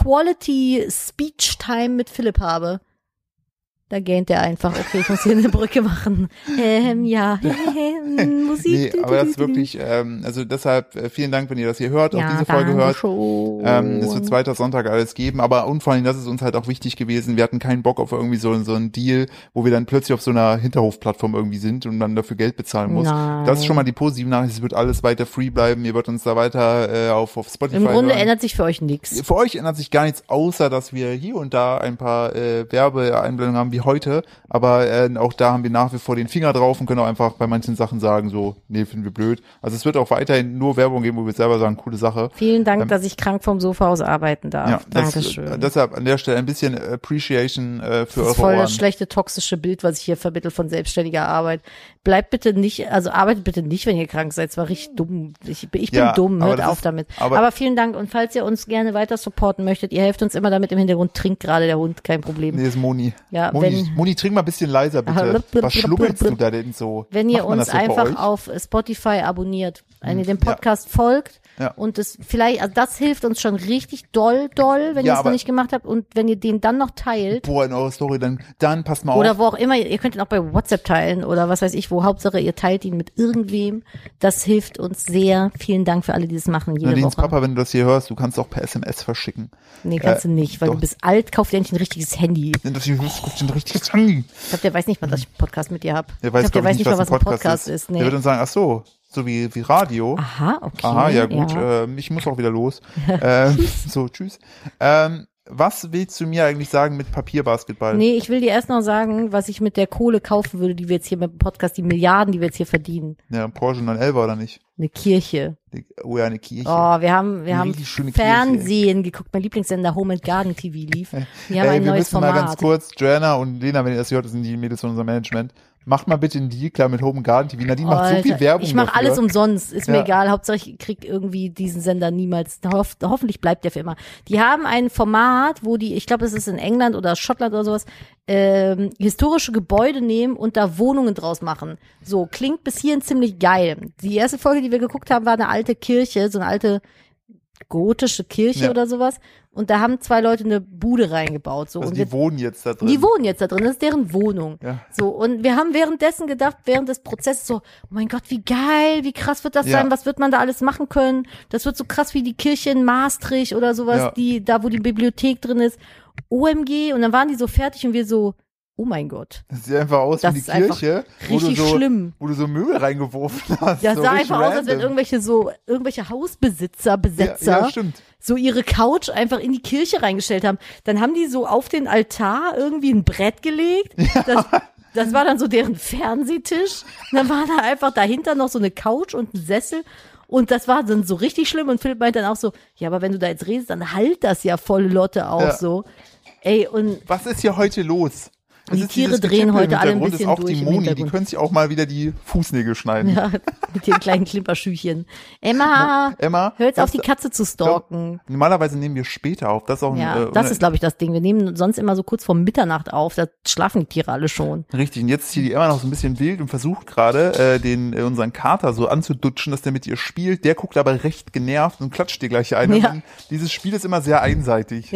Quality Speech Time mit Philipp habe. Da gähnt er einfach, okay, ich muss hier eine Brücke machen. Ähm, ja. Musik. Nee, aber das ist wirklich, ähm, also deshalb äh, vielen Dank, wenn ihr das hier hört, auch diese Folge danke hört. Schon. Ähm, es wird zweiter Sonntag alles geben, aber und vor allem, das ist uns halt auch wichtig gewesen. Wir hatten keinen Bock auf irgendwie so, so einen Deal, wo wir dann plötzlich auf so einer Hinterhofplattform irgendwie sind und dann dafür Geld bezahlen muss. Nein. Das ist schon mal die positive Nachricht. Es wird alles weiter free bleiben. Ihr wird uns da weiter äh, auf, auf Spotify. Im Grunde hören. ändert sich für euch nichts. Für euch ändert sich gar nichts, außer dass wir hier und da ein paar äh, Werbeeinblendungen haben wie heute. Aber äh, auch da haben wir nach wie vor den Finger drauf und können auch einfach bei manchen Sachen sagen, so, nee, finden wir blöd. Also es wird auch weiterhin nur Werbung geben, wo wir selber sagen, coole Sache. Vielen Dank, dass ich krank vom Sofa aus arbeiten darf. Ähm, Ja, das, Dankeschön. äh, deshalb an der Stelle ein bisschen Appreciation äh, für Das ist eure voll Ohren. das schlechte toxische Bild, was ich hier vermittle von selbstständiger Arbeit. Bleibt bitte nicht, also arbeitet bitte nicht, wenn ihr krank seid. Es war richtig dumm. Ich, ich bin Ja, dumm, aber hört das auf ist- damit. Aber, aber- vielen Dank und falls ihr uns gerne weiter supporten möchtet, ihr helft uns immer damit im Hintergrund, trinkt gerade der Hund, kein Problem. Nee, ist Moni. Ja, Moni, wenn- Moni, trink mal ein bisschen leiser, bitte. Blub, blub, Was blub, schlubbelst blub, du da denn so? Wenn ihr Macht man uns das so bei einfach euch? Hm, auf Spotify abonniert, wenn ihr dem Podcast folgt Ja. und das vielleicht, also das hilft uns schon richtig doll, doll, wenn Ja, ihr es noch aber- nicht gemacht habt und wenn ihr den dann noch teilt. Boah, in eure Story, dann, dann passt mal Oder auf. wo auch immer, ihr könnt ihn auch bei WhatsApp teilen oder was weiß ich, wo Hauptsache ihr teilt ihn mit irgendwem. Das hillt uns sehr. Vielen Dank für alle, die das machen jede Nadines Woche. Papa, wenn du das hier hörst, du kannst auch per SMS verschicken. nee, kannst du nicht, weil doch. du bist alt, kauf dir endlich ein richtiges Handy. Denn das hier ruft den richtig an. Ich glaube, der weiß nicht mal, dass ich einen Podcast mit dir hab. Der weiß, glaub ich glaub, der ich, weiß nicht mal, was ein Podcast, ist. Der wird nee. uns sagen, ach so, so wie, wie Radio. Aha, okay. Aha, ja gut, Ähm, ich muss auch wieder los. ähm, so, tschüss. Ähm, was willst du mir eigentlich sagen mit Papierbasketball? Nee, ich will dir erst noch sagen, was ich mit der Kohle kaufen würde, die wir jetzt hier mit dem Podcast, die Milliarden, die wir jetzt hier verdienen. Ja, Porsche 911 oder nicht? Eine Kirche. Die- Oh ja, eine Kirche. Oh, wir haben, wir Eine haben richtig schöne Kirche. Fernsehen geguckt. Mein Lieblingssender Home and Garden TV lief. Wir haben Ey, ein wir neues müssen Format. mal ganz kurz, Joanna und Lena, wenn ihr das hört, das sind die Mädels von unserem Management. Macht mal bitte einen Deal klar mit Home and Garden TV. Nadine macht so Alter, viel Werbung. Ich mache dafür. alles um umsonst, ist mir Ja. egal. Hauptsache ich krieg irgendwie diesen Sender niemals. Hoff, hoffentlich bleibt der für immer. Die haben ein Format, wo die, ich glaube, es ist in England oder Schottland oder sowas, ähm, historische Gebäude nehmen und da Wohnungen draus machen. So, klingt bis hierhin ziemlich geil. Die erste Folge, die wir geguckt haben, war eine alte Kirche, so eine alte gotische Kirche Ja. oder sowas. Und da haben zwei Leute eine Bude reingebaut. So. Also und die jetzt, wohnen jetzt da drin. die wohnen jetzt da drin, das ist deren Wohnung. ja. So, und wir haben währenddessen gedacht, während des Prozesses so, oh mein Gott, wie geil, wie krass wird das Ja. sein, was wird man da alles machen können? Das wird so krass wie die Kirche in Maastricht oder sowas, Ja. die, da wo die Bibliothek drin ist. OMG, und dann waren die so fertig und wir so, oh mein Gott, Das sieht einfach aus Das wie die ist einfach Kirche, wo du, richtig so, schlimm. wo du so Müll reingeworfen hast. Das so sah richtig einfach aus, als random. wenn irgendwelche so, irgendwelche Hausbesitzer, Besetzer, ja, ja, stimmt. so ihre Couch einfach in die Kirche reingestellt haben. Dann haben die so auf den Altar irgendwie ein Brett gelegt. Das, das war dann so deren Fernsehtisch. Und dann war da einfach dahinter noch so eine Couch und ein Sessel. Und das war dann so richtig schlimm. Und Philipp meinte dann auch so, ja, aber wenn du da jetzt redest, dann halt das ja volle Lotte auf Ja. so. Ey, und Was ist hier heute los? Es Die ist Tiere dieses drehen Getippel heute im alle ein Hintergrund, bisschen ist auch durch die im Moni, die Hintergrund. können sich auch mal wieder die Fußnägel schneiden. ja, mit den kleinen Klimperschüchchen. Emma, Emma, hör jetzt auf, das- äh, die Katze zu stalken. Normalerweise nehmen wir später auf. Das ist auch ein, Ja, äh, das ist, glaube ich, das Ding. Wir nehmen sonst immer so kurz vor Mitternacht auf, da schlafen die Tiere alle schon. Richtig, und jetzt ist hier die Emma noch so ein bisschen wild und versucht gerade, äh, den äh, unseren Kater so anzudutschen, dass der mit ihr spielt. Der guckt aber recht genervt und klatscht dir gleich ein. Und Ja. dann, dieses Spiel ist immer sehr einseitig.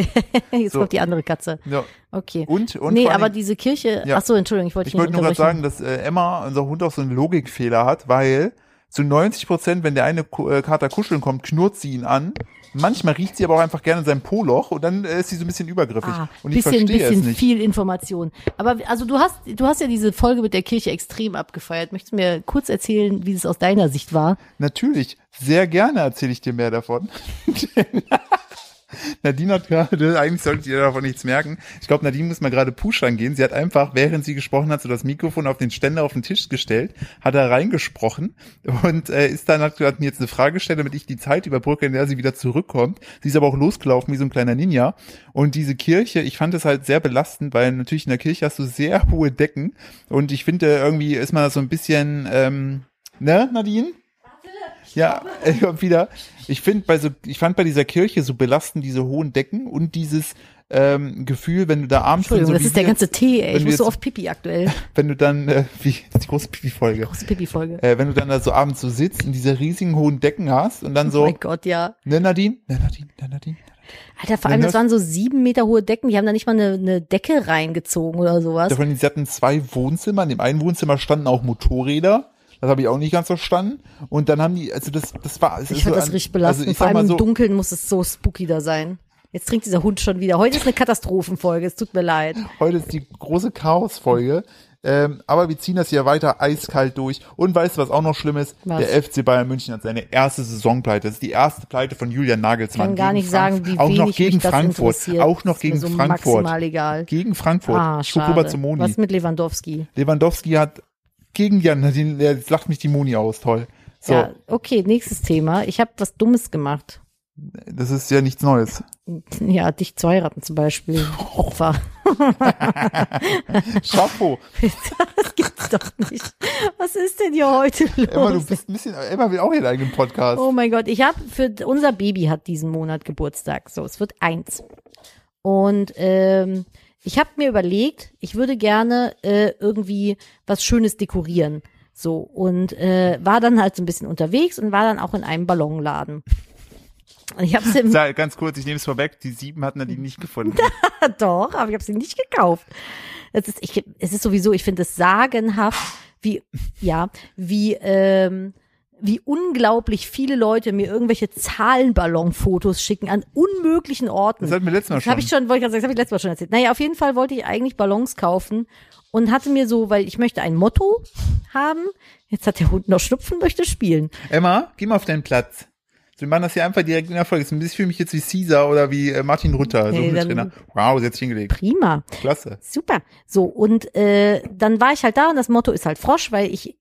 Jetzt So. kommt die andere Katze. ja. Okay. Und, und nee, vor allen aber Dingen- diese Kirche, Ja. ach so, Entschuldigung, ich wollte ich dich nicht wollte nur gerade unterbrechen. sagen, dass äh, Emma, unser Hund, auch so einen Logikfehler hat, weil zu 90 Prozent, wenn der eine Ku- äh, Kater kuscheln kommt, knurrt sie ihn an. Manchmal riecht sie aber auch einfach gerne sein Po-Loch und dann äh, ist sie so ein bisschen übergriffig. Ah, und ich bisschen, verstehe es bisschen nicht. viel Information. Aber also du hast, du hast ja diese Folge mit der Kirche extrem abgefeiert. Möchtest du mir kurz erzählen, wie es aus deiner Sicht war? Natürlich, sehr gerne erzähle ich dir mehr davon. Nadine hat gerade, eigentlich solltet ihr davon nichts merken. Ich glaube, Nadine muss mal gerade pushern gehen. Sie hat einfach, während sie gesprochen hat, so das Mikrofon auf den Ständer auf den Tisch gestellt, hat da reingesprochen und äh, ist dann, hat, hat mir jetzt eine Frage gestellt, damit ich die Zeit überbrücke, in der sie wieder zurückkommt. Sie ist aber auch losgelaufen wie so ein kleiner Ninja. Und diese Kirche, ich fand es halt sehr belastend, weil natürlich in der Kirche hast du sehr hohe Decken und ich finde, irgendwie ist man da so ein bisschen, ähm, ne, Nadine? Ja, ich komm wieder. Ich finde bei so, ich fand bei dieser Kirche so belastend diese hohen Decken und dieses ähm, Gefühl, wenn du da abends Entschuldigung, so das wie ist der wir- ganze Tee, ey. wenn Ich du muss so jetzt- oft Pipi aktuell. wenn du dann äh, wie die große Pipi-Folge, Große Pipi-Folge. äh, wenn du dann da so abends so sitzt und diese riesigen hohen Decken hast und dann Oh so, mein Gott, ja. ne Nadine, ne Nadine, ne Nadine. Alter, vor allem, Wenn das das- waren so sieben Meter hohe Decken. Die haben da nicht mal eine, eine Decke reingezogen oder sowas. Also, Davon, sie hatten zwei Wohnzimmer. In dem einen Wohnzimmer standen auch Motorräder. Das habe ich auch nicht ganz verstanden. Und dann haben die, also das, das war, es Ich ist fand so das ein- richtig belastend. Also ich Vor sag allem mal im so, Dunkeln muss es so spooky da sein. Jetzt trinkt dieser Hund schon wieder. Heute ist eine Katastrophenfolge. Es tut mir leid. heute ist die große Chaosfolge. Ähm, aber wir ziehen das hier weiter eiskalt durch. Und weißt du, was auch noch schlimm ist? Was? Der FC Bayern München hat seine erste Saisonpleite. Das ist die erste Pleite von Julian Nagelsmann. Kann gar gegen nicht sagen, Frank- wie Auch wenig noch gegen mich das Frankfurt. interessiert. Auch noch Ist mir gegen so Frankfurt. Maximal egal. Gegen Frankfurt. Ah, Ich guck rüber schade. zu Moni. Was mit Lewandowski? Lewandowski hat gegen Jan, die- jetzt lacht mich die Moni aus, toll. So, Ja, okay, nächstes Thema. Ich habe was Dummes gemacht. das ist ja nichts Neues. Ja, dich zu heiraten zum Beispiel. Opfer. Chapeau. Das gibt's doch nicht. Was ist denn hier heute Emma, du los? bist ein bisschen, Emma will auch ihren eigenen Podcast. Oh mein Gott, ich habe für unser Baby hat diesen Monat Geburtstag. So, es wird eins. Und ähm, ich habe mir überlegt, ich würde gerne äh, irgendwie was Schönes dekorieren. So, und äh, war dann halt so ein bisschen unterwegs und war dann auch in einem Ballonladen. Und ich habe im Sag, ganz kurz, ich nehme es vorweg, die sieben hat Nadine nicht gefunden. Doch, aber ich habe sie nicht gekauft. Es ist, ich, es ist sowieso, ich finde es sagenhaft, wie, ja, wie, ähm, wie unglaublich viele Leute mir irgendwelche Zahlenballonfotos schicken an unmöglichen Orten. Das hatten wir letztes Mal Das habe schon. ich schon, wollte ich gerade sagen, das habe ich letztes Mal schon erzählt. Naja, auf jeden Fall wollte ich eigentlich Ballons kaufen und hatte mir so, weil ich möchte ein Motto haben. Jetzt hat der Hund noch Schnupfen, möchte spielen. Emma, geh mal auf deinen Platz. Wir machen das hier einfach direkt in der Folge. Das ist ein bisschen für mich jetzt wie Caesar oder wie äh, Martin Rutter, so Nee, ein dann- Trainer. Wow, sie hat sich hingelegt. Prima. Klasse. Super. So, und äh, dann war ich halt da und das Motto ist halt Frosch, weil ich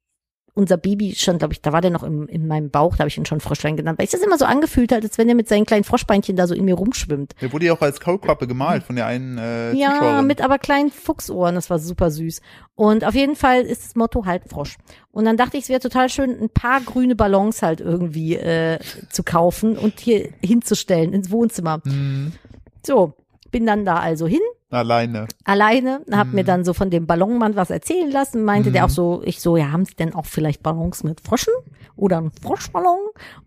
unser Baby schon, glaube ich, da war der noch im, in meinem Bauch, da habe ich ihn schon Froschlein genannt, weil ich das immer so angefühlt hat, als wenn er mit seinen kleinen Froschbeinchen da so in mir rumschwimmt. Der wurde ja auch als Kaulquappe gemalt von der einen äh, Ja, Zuschauerin. mit aber kleinen Fuchsohren, das war super süß. Und auf jeden Fall ist das Motto halt Frosch. Und dann dachte ich, es wäre total schön, ein paar grüne Ballons halt irgendwie äh, zu kaufen und hier hinzustellen ins Wohnzimmer. Hm, So, bin dann da also hin alleine. alleine, hab Mhm. mir dann so von dem Ballonmann was erzählen lassen, meinte Mhm. der auch so, ich so, ja, haben Sie denn auch vielleicht Ballons mit Froschen oder einen Froschballon?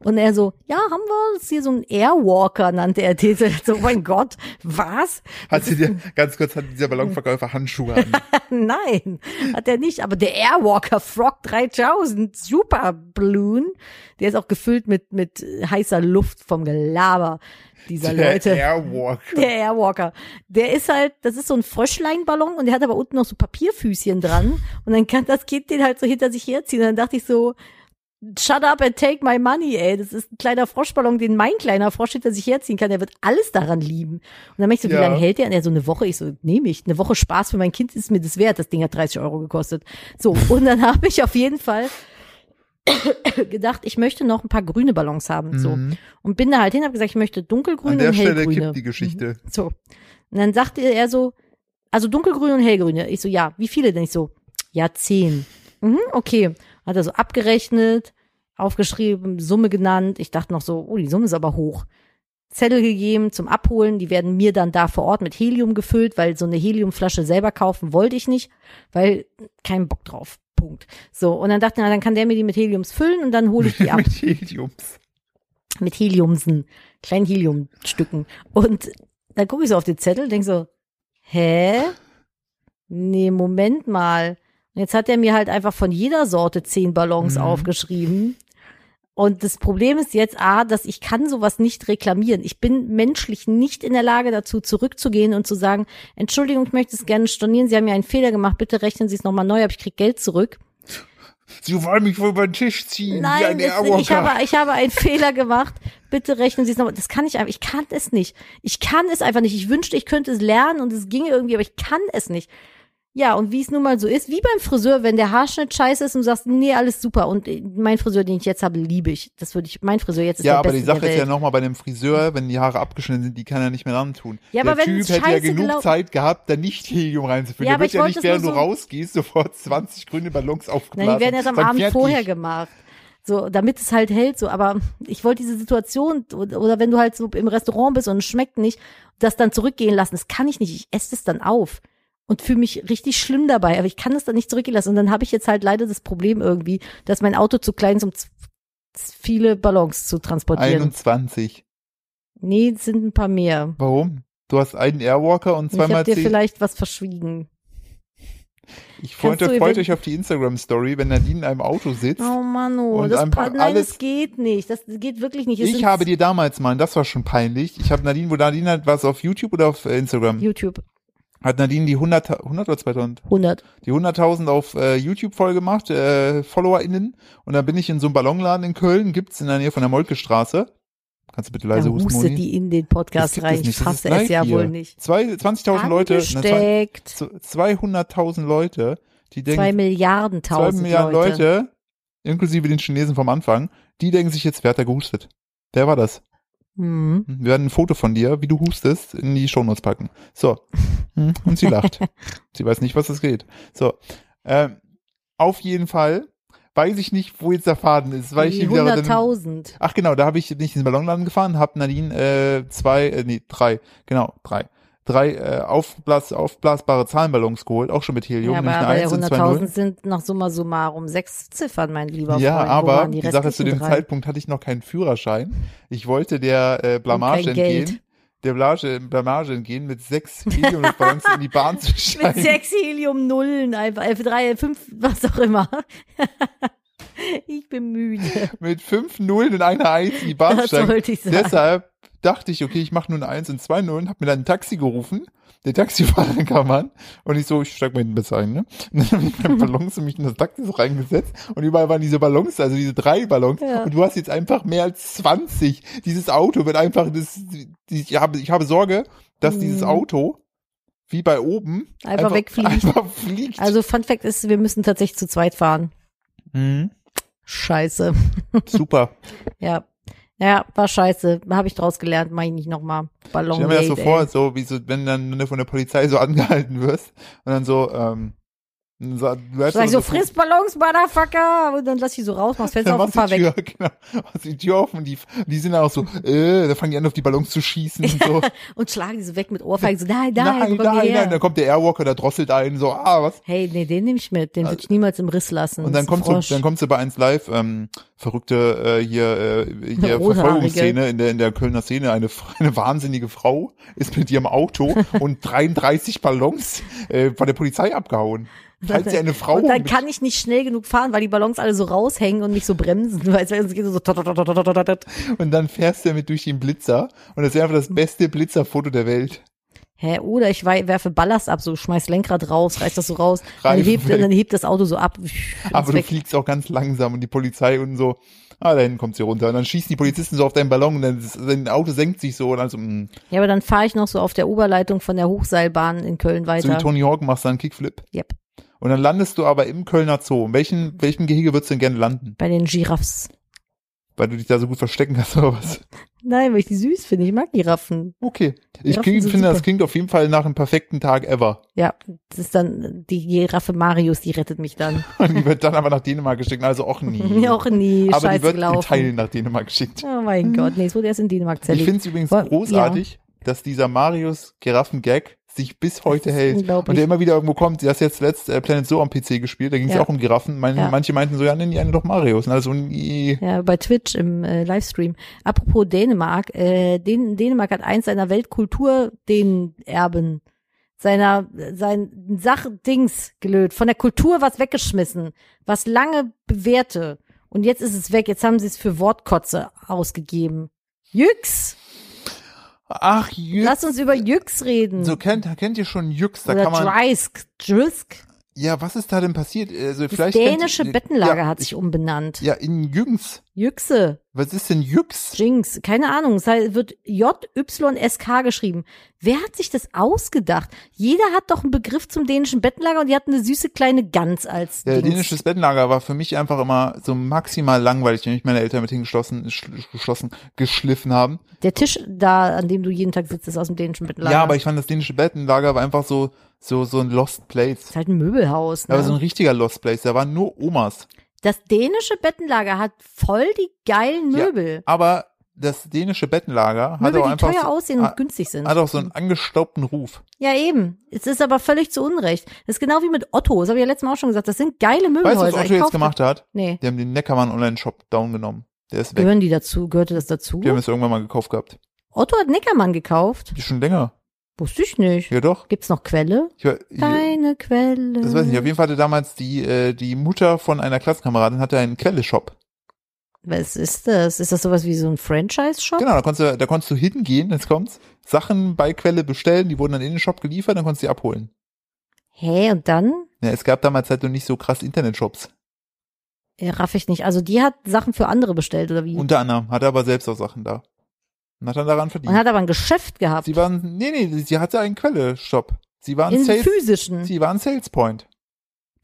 Und er so, ja, haben wir, das ist hier so ein Airwalker, nannte er den. So, oh mein Gott, was? Hat sie dir, ganz kurz, hat dieser Ballonverkäufer Handschuhe an. Nein, hat er nicht, aber der Airwalker Frog 3000, super Balloon, der ist auch gefüllt mit, mit heißer Luft vom Gelaber dieser Leute. Der Airwalk. Der Airwalker. Der ist halt, das ist so ein Fröschleinballon und der hat aber unten noch so Papierfüßchen dran. Und dann kann das Kind den halt so hinter sich herziehen. Und dann dachte ich so, shut up and take my money, ey. Das ist ein kleiner Froschballon, den mein kleiner Frosch hinter sich herziehen kann. Der wird alles daran lieben. Und dann merkst du, wie Ja. lange hält der? Und er so eine Woche. Ich so, nehme ich. Eine Woche Spaß für mein Kind ist mir das wert. Das Ding hat 30 Euro gekostet. So, und dann habe ich auf jeden Fall gedacht, ich möchte noch ein paar grüne Ballons haben. So. Mhm. Und bin da halt hin, habe gesagt, ich möchte dunkelgrüne An der und Stelle hellgrüne. Mhm. kippt die Geschichte. So. Und dann sagte er so, also dunkelgrün und hellgrüne. Ich so, ja, wie viele denn? Ich so, ja, zehn. Mhm, okay. Hat er so abgerechnet, aufgeschrieben, Summe genannt. Ich dachte noch so, oh, die Summe ist aber hoch. Zettel gegeben zum Abholen, die werden mir dann da vor Ort mit Helium gefüllt, weil so eine Heliumflasche selber kaufen wollte ich nicht, weil kein Bock drauf. Punkt. So, und dann dachte ich, na, dann kann der mir die mit Heliums füllen und dann hole ich die ab Mit Heliums. mit Heliumsen, kleinen Heliumstücken. Und dann gucke ich so auf den Zettel und denke so, hä? Nee, Moment mal. Und jetzt hat er mir halt einfach von jeder Sorte zehn Ballons Mhm. aufgeschrieben. Und das Problem ist jetzt, A, dass ich kann sowas nicht reklamieren. Ich bin menschlich nicht in der Lage dazu, zurückzugehen und zu sagen, Entschuldigung, ich möchte es gerne stornieren, Sie haben ja einen Fehler gemacht, bitte rechnen Sie es nochmal neu, aber ich kriege Geld zurück. Sie wollen mich wohl über den Tisch ziehen, wie Nein, ein es, ich, Airwalker. habe, ich habe einen Fehler gemacht. Bitte rechnen Sie es nochmal. Das kann ich einfach. Ich kann es nicht. Ich kann es einfach nicht. Ich wünschte, ich könnte es lernen und es ginge irgendwie, aber ich kann es nicht. Ja, und wie es nun mal so ist, wie beim Friseur, wenn der Haarschnitt scheiße ist und du sagst, nee, alles super. Und äh, mein Friseur, den ich jetzt habe, liebe ich. Das würde ich, mein Friseur jetzt ist Ja, der aber beste die Sache der ist ja Welt. nochmal bei dem Friseur, wenn die Haare abgeschnitten sind, die kann er nicht mehr dran tun. Ja, der aber wenn Typ es hätte ja scheiße genug gelau- Zeit gehabt, da nicht Helium reinzufüllen. Ja, der aber wird ich ja wollte nicht, es während du nur so- rausgehst, sofort 20 grüne Ballons aufgeblasen. Nein, die werden erst am Sag, Abend fertig. vorher gemacht. So, damit es halt hält, so, aber ich wollte diese Situation, oder oder wenn du halt so im Restaurant bist und es schmeckt nicht, das dann zurückgehen lassen, das kann ich nicht, ich esse es dann auf und fühle mich richtig schlimm dabei, aber ich kann es dann nicht zurückgehen lassen und dann habe ich jetzt halt leider das Problem irgendwie, dass mein Auto zu klein ist, um z- z- viele Ballons zu transportieren. 21. nee, es sind ein paar mehr. Warum? Du hast einen Airwalker und Ich habe zweimal dir zehn. vielleicht was verschwiegen. Ich freut, Kannst du freut event- euch auf die Instagram-Story, wenn Nadine in einem Auto sitzt. Oh Mann, oh, Und das einfach pa- nein, alles- das geht nicht. Das geht wirklich nicht. Es ich sind habe dir damals mal, und das war schon peinlich, ich habe Nadine, wo Nadine hat, war es auf YouTube oder auf äh, Instagram? YouTube Hat Nadine die 100, 100 oder 2000? 100. die 100.000 auf äh, YouTube voll gemacht, äh, FollowerInnen. Und dann bin ich in so einem Ballonladen in Köln, gibt's in der Nähe von der Moltke-Straße. Kannst du bitte leise Dann husten, huste Moni? die in den Das Podcast gibt es rein. Ich nicht, das ist fasse es live ja hier. wohl nicht. Zwei- 20.000 Leute, ne, zwei- Angesteckt. z- 200.000 Leute, die Zwei denken, Milliarden zwei tausend Milliarden Leute. inklusive den Chinesen vom Anfang, die denken sich jetzt, wer hat da gehustet? Wer war das? Mhm. Wir werden ein Foto von dir, wie du hustest, in die Shownotes packen. So. Hm, Und sie lacht. sie weiß nicht, was es geht. So. Ähm, auf jeden Fall weiß ich nicht, wo jetzt der Faden ist, weil ich Die hier wieder. bei dem- 100.000. Ach genau, da habe ich nicht in den Ballonladen gefahren, habe Nadine äh, zwei, äh, nee, drei, genau, drei. Drei äh, aufblas, aufblasbare Zahlenballons geholt, auch schon mit Helium, Ja, aber nämlich eine bei der 1 und zwei Nullen. 100.000 sind noch summa summarum sechs Ziffern, mein lieber Ja, Freund. Wo aber waren die die, Sache zu dem restlichen drei? Zeitpunkt hatte ich noch keinen Führerschein. Ich wollte der äh, Und Blamage kein entgehen. Geld. Der Blamage, Blamage entgehen, mit sechs Heliumluftballons in die Bahn zu Mit steigen. sechs Helium-Nullen, einfach F3, F5, was auch immer. ich bin müde. Mit, fünf Nullen und einer Eins in die Bahn zu Das steigen. wollte ich sagen. Deshalb dachte ich, okay, ich mache nur eine Eins und zwei Nullen, hab mir dann ein Taxi gerufen. Der Taxifahrer kam an und ich so, ich steig mal hinten besser ein, ne? Und dann hab ich meine Ballons und mich in das Taxi so reingesetzt und überall waren diese Ballons, also diese drei Ballons Ja. und du hast jetzt einfach mehr als 20. Dieses Auto wird einfach, das, die, ich, habe, ich habe Sorge, dass dieses Mhm. Auto, wie bei oben, Einfach wegfliegt. Einfach fliegt. Also Fun Fact ist, wir müssen tatsächlich zu zweit fahren. Mhm. Scheiße. Super. Ja. Ja, war scheiße. Habe ich draus gelernt, mach ich nicht nochmal. Ballon. Stell mir das so Raid, vor, ey. so wie so, wenn dann wenn du von der Polizei so angehalten wirst und dann so, ähm, so, du hast Sag ich so, friss Ballons, Motherfucker! Und dann lass ich so raus, mach's Fenster dann auf und machst du fahr die weg. Tür, genau, machst die Tür offen, die, die sind dann auch so, äh, da fangen die an, auf die Ballons zu schießen und so. Und schlagen die so weg mit Ohrfeigen. So, nein, nein, nein, komm nein, her. nein, dann kommt der Airwalker, der drosselt einen, so, ah, was? Hey, nee, den nehme ich mit. Den würde ich niemals im Riss lassen. Äh, Und dann Das ist ein kommst du, Frosch. dann kommst du bei 1 Live, ähm, verrückte äh, hier, äh, hier Rothaarige. Verfolgungsszene in der, in der Kölner Szene, eine, eine wahnsinnige Frau ist mit ihrem Auto und 33 Ballons äh, von der Polizei abgehauen. Falls sie eine Frau Und dann mit- kann ich nicht schnell genug fahren, weil die Ballons alle so raushängen und nicht so bremsen. Weißt du, es geht so. tot, tot, tot, tot, tot, tot. und dann fährst du mit durch den Blitzer und das ist einfach das beste Blitzerfoto der Welt. Hä, oder ich wei- werfe Ballast ab, so schmeiß Lenkrad raus, reiß das so raus. Dann Reifen hebt, weg. dann hebt das Auto so ab. Aber ist du weg. fliegst auch ganz langsam und die Polizei und so, ah, da hinten kommt sie runter. Und dann schießen die Polizisten so auf deinen Ballon und dann ist- dein Auto senkt sich so und dann so, mm. mh, Ja, aber dann fahre ich noch so auf der Oberleitung von der Hochseilbahn in Köln so wie weiter. Tony Hawk machst du einen Kickflip. yep. Und dann landest du aber im Kölner Zoo. In welchem, welchem Gehege würdest du denn gerne landen? Bei den Giraffs. Weil du dich da so gut verstecken kannst oder was? Nein, weil ich die süß finde. Ich mag Giraffen. Okay. Ich Giraffen kling, sind finde, das super. klingt auf jeden Fall nach einem perfekten Tag ever. Ja, das ist dann die Giraffe Marius, die rettet mich dann. Und die wird dann aber nach Dänemark geschickt. Also auch nie. Mir auch nie aber scheiße die wird in gelaufen. Teilen Hm. nach Dänemark geschickt. Oh mein Gott, nee, es wurde erst in Dänemark Ich zerlegt. finde es übrigens Woll- großartig, dass dieser Marius-Giraffen-Gag sich bis heute ist hält. Und unglaublich. der immer wieder irgendwo kommt. Du hast jetzt letzt äh, Planet Zoo am PC gespielt. Da ging es Ja. auch um Giraffen. Mein, Ja. Manche meinten so, ja, nennen die eine doch Marius. Und also, nee. Ja, bei Twitch im äh, Livestream. Apropos Dänemark, äh, Dän Dänemark hat eins seiner Weltkultur den Erben seiner sein Sachdings gelöt, von der Kultur was weggeschmissen, was lange bewährte und jetzt ist es weg. Jetzt haben sie es für Wortkotze ausgegeben. Jüx, Ach, Jüx. lass uns über Jüx reden. So kennt, kennt ihr schon Jüx. Da Oder kann man. Dreisk, Drisk. Ja, was ist da denn passiert? Also Das vielleicht kennt- dänische Bettenlager ja, hat sich ich- umbenannt. Ja, in Jüngs. Jüxe. Was ist denn Jüx? Jinx, keine Ahnung, es heißt- wird J-Y-S-K geschrieben. Wer hat sich das ausgedacht? Jeder hat doch einen Begriff zum dänischen Bettenlager und die hatten eine süße kleine Gans als Ja, Dings. dänisches Bettenlager war für mich einfach immer so maximal langweilig, wenn mich meine Eltern mit hingeschlossen, sch- geschlossen, geschliffen haben. Der Tisch da, an dem du jeden Tag sitzt, ist aus dem dänischen Bettenlager. Ja, aber ich fand das dänische Bettenlager war einfach so, so, so ein Lost Place. ist halt ein Möbelhaus. Ne? Aber so ein richtiger Lost Place, da waren nur Omas. das dänische Bettenlager hat voll die geilen Ja, Möbel. Aber das dänische Bettenlager hat Möbel, auch die einfach, teuer so, aussehen Ah, und günstig sind. hat auch so einen angestaubten Ruf. ja, eben. Es ist aber völlig zu Unrecht. Das ist genau wie mit Otto. Das habe ich ja letztes Mal auch schon gesagt. Das sind geile Weißt du, Möbelhäuser. was Ich Otto jetzt kauf- gemacht hat? Nee. Die haben den Neckermann Online-Shop down genommen. Der ist weg. Gehören die dazu? Gehörte das dazu? Die haben es irgendwann mal gekauft gehabt. Otto hat Neckermann gekauft. Die schon länger. Wusste ich nicht. Ja doch. Gibt's noch Quelle? Ich, war- ich, Deine Quelle. das weiß ich nicht. Auf jeden Fall hatte damals die, äh, die Mutter von einer Klassenkameradin hatte einen Quelle-Shop. Was ist das? Ist das sowas wie so ein Franchise-Shop? Genau, da konntest du, da konntest du hingehen, jetzt kommt's, Sachen bei Quelle bestellen, die wurden dann in den Shop geliefert, dann konntest du die abholen. Hä, und dann? Ja, es gab damals halt noch nicht so krass Internetshops. Ja, raff ich nicht. Also die hat Sachen für andere bestellt, oder wie? Unter anderem, hatte aber selbst auch Sachen da. Und hat dann daran und verdient. hat aber ein Geschäft gehabt. Sie waren, nee, nee, sie hatte einen Quelle-Shop. Sie waren in Sales, physischen. sie waren Salespoint.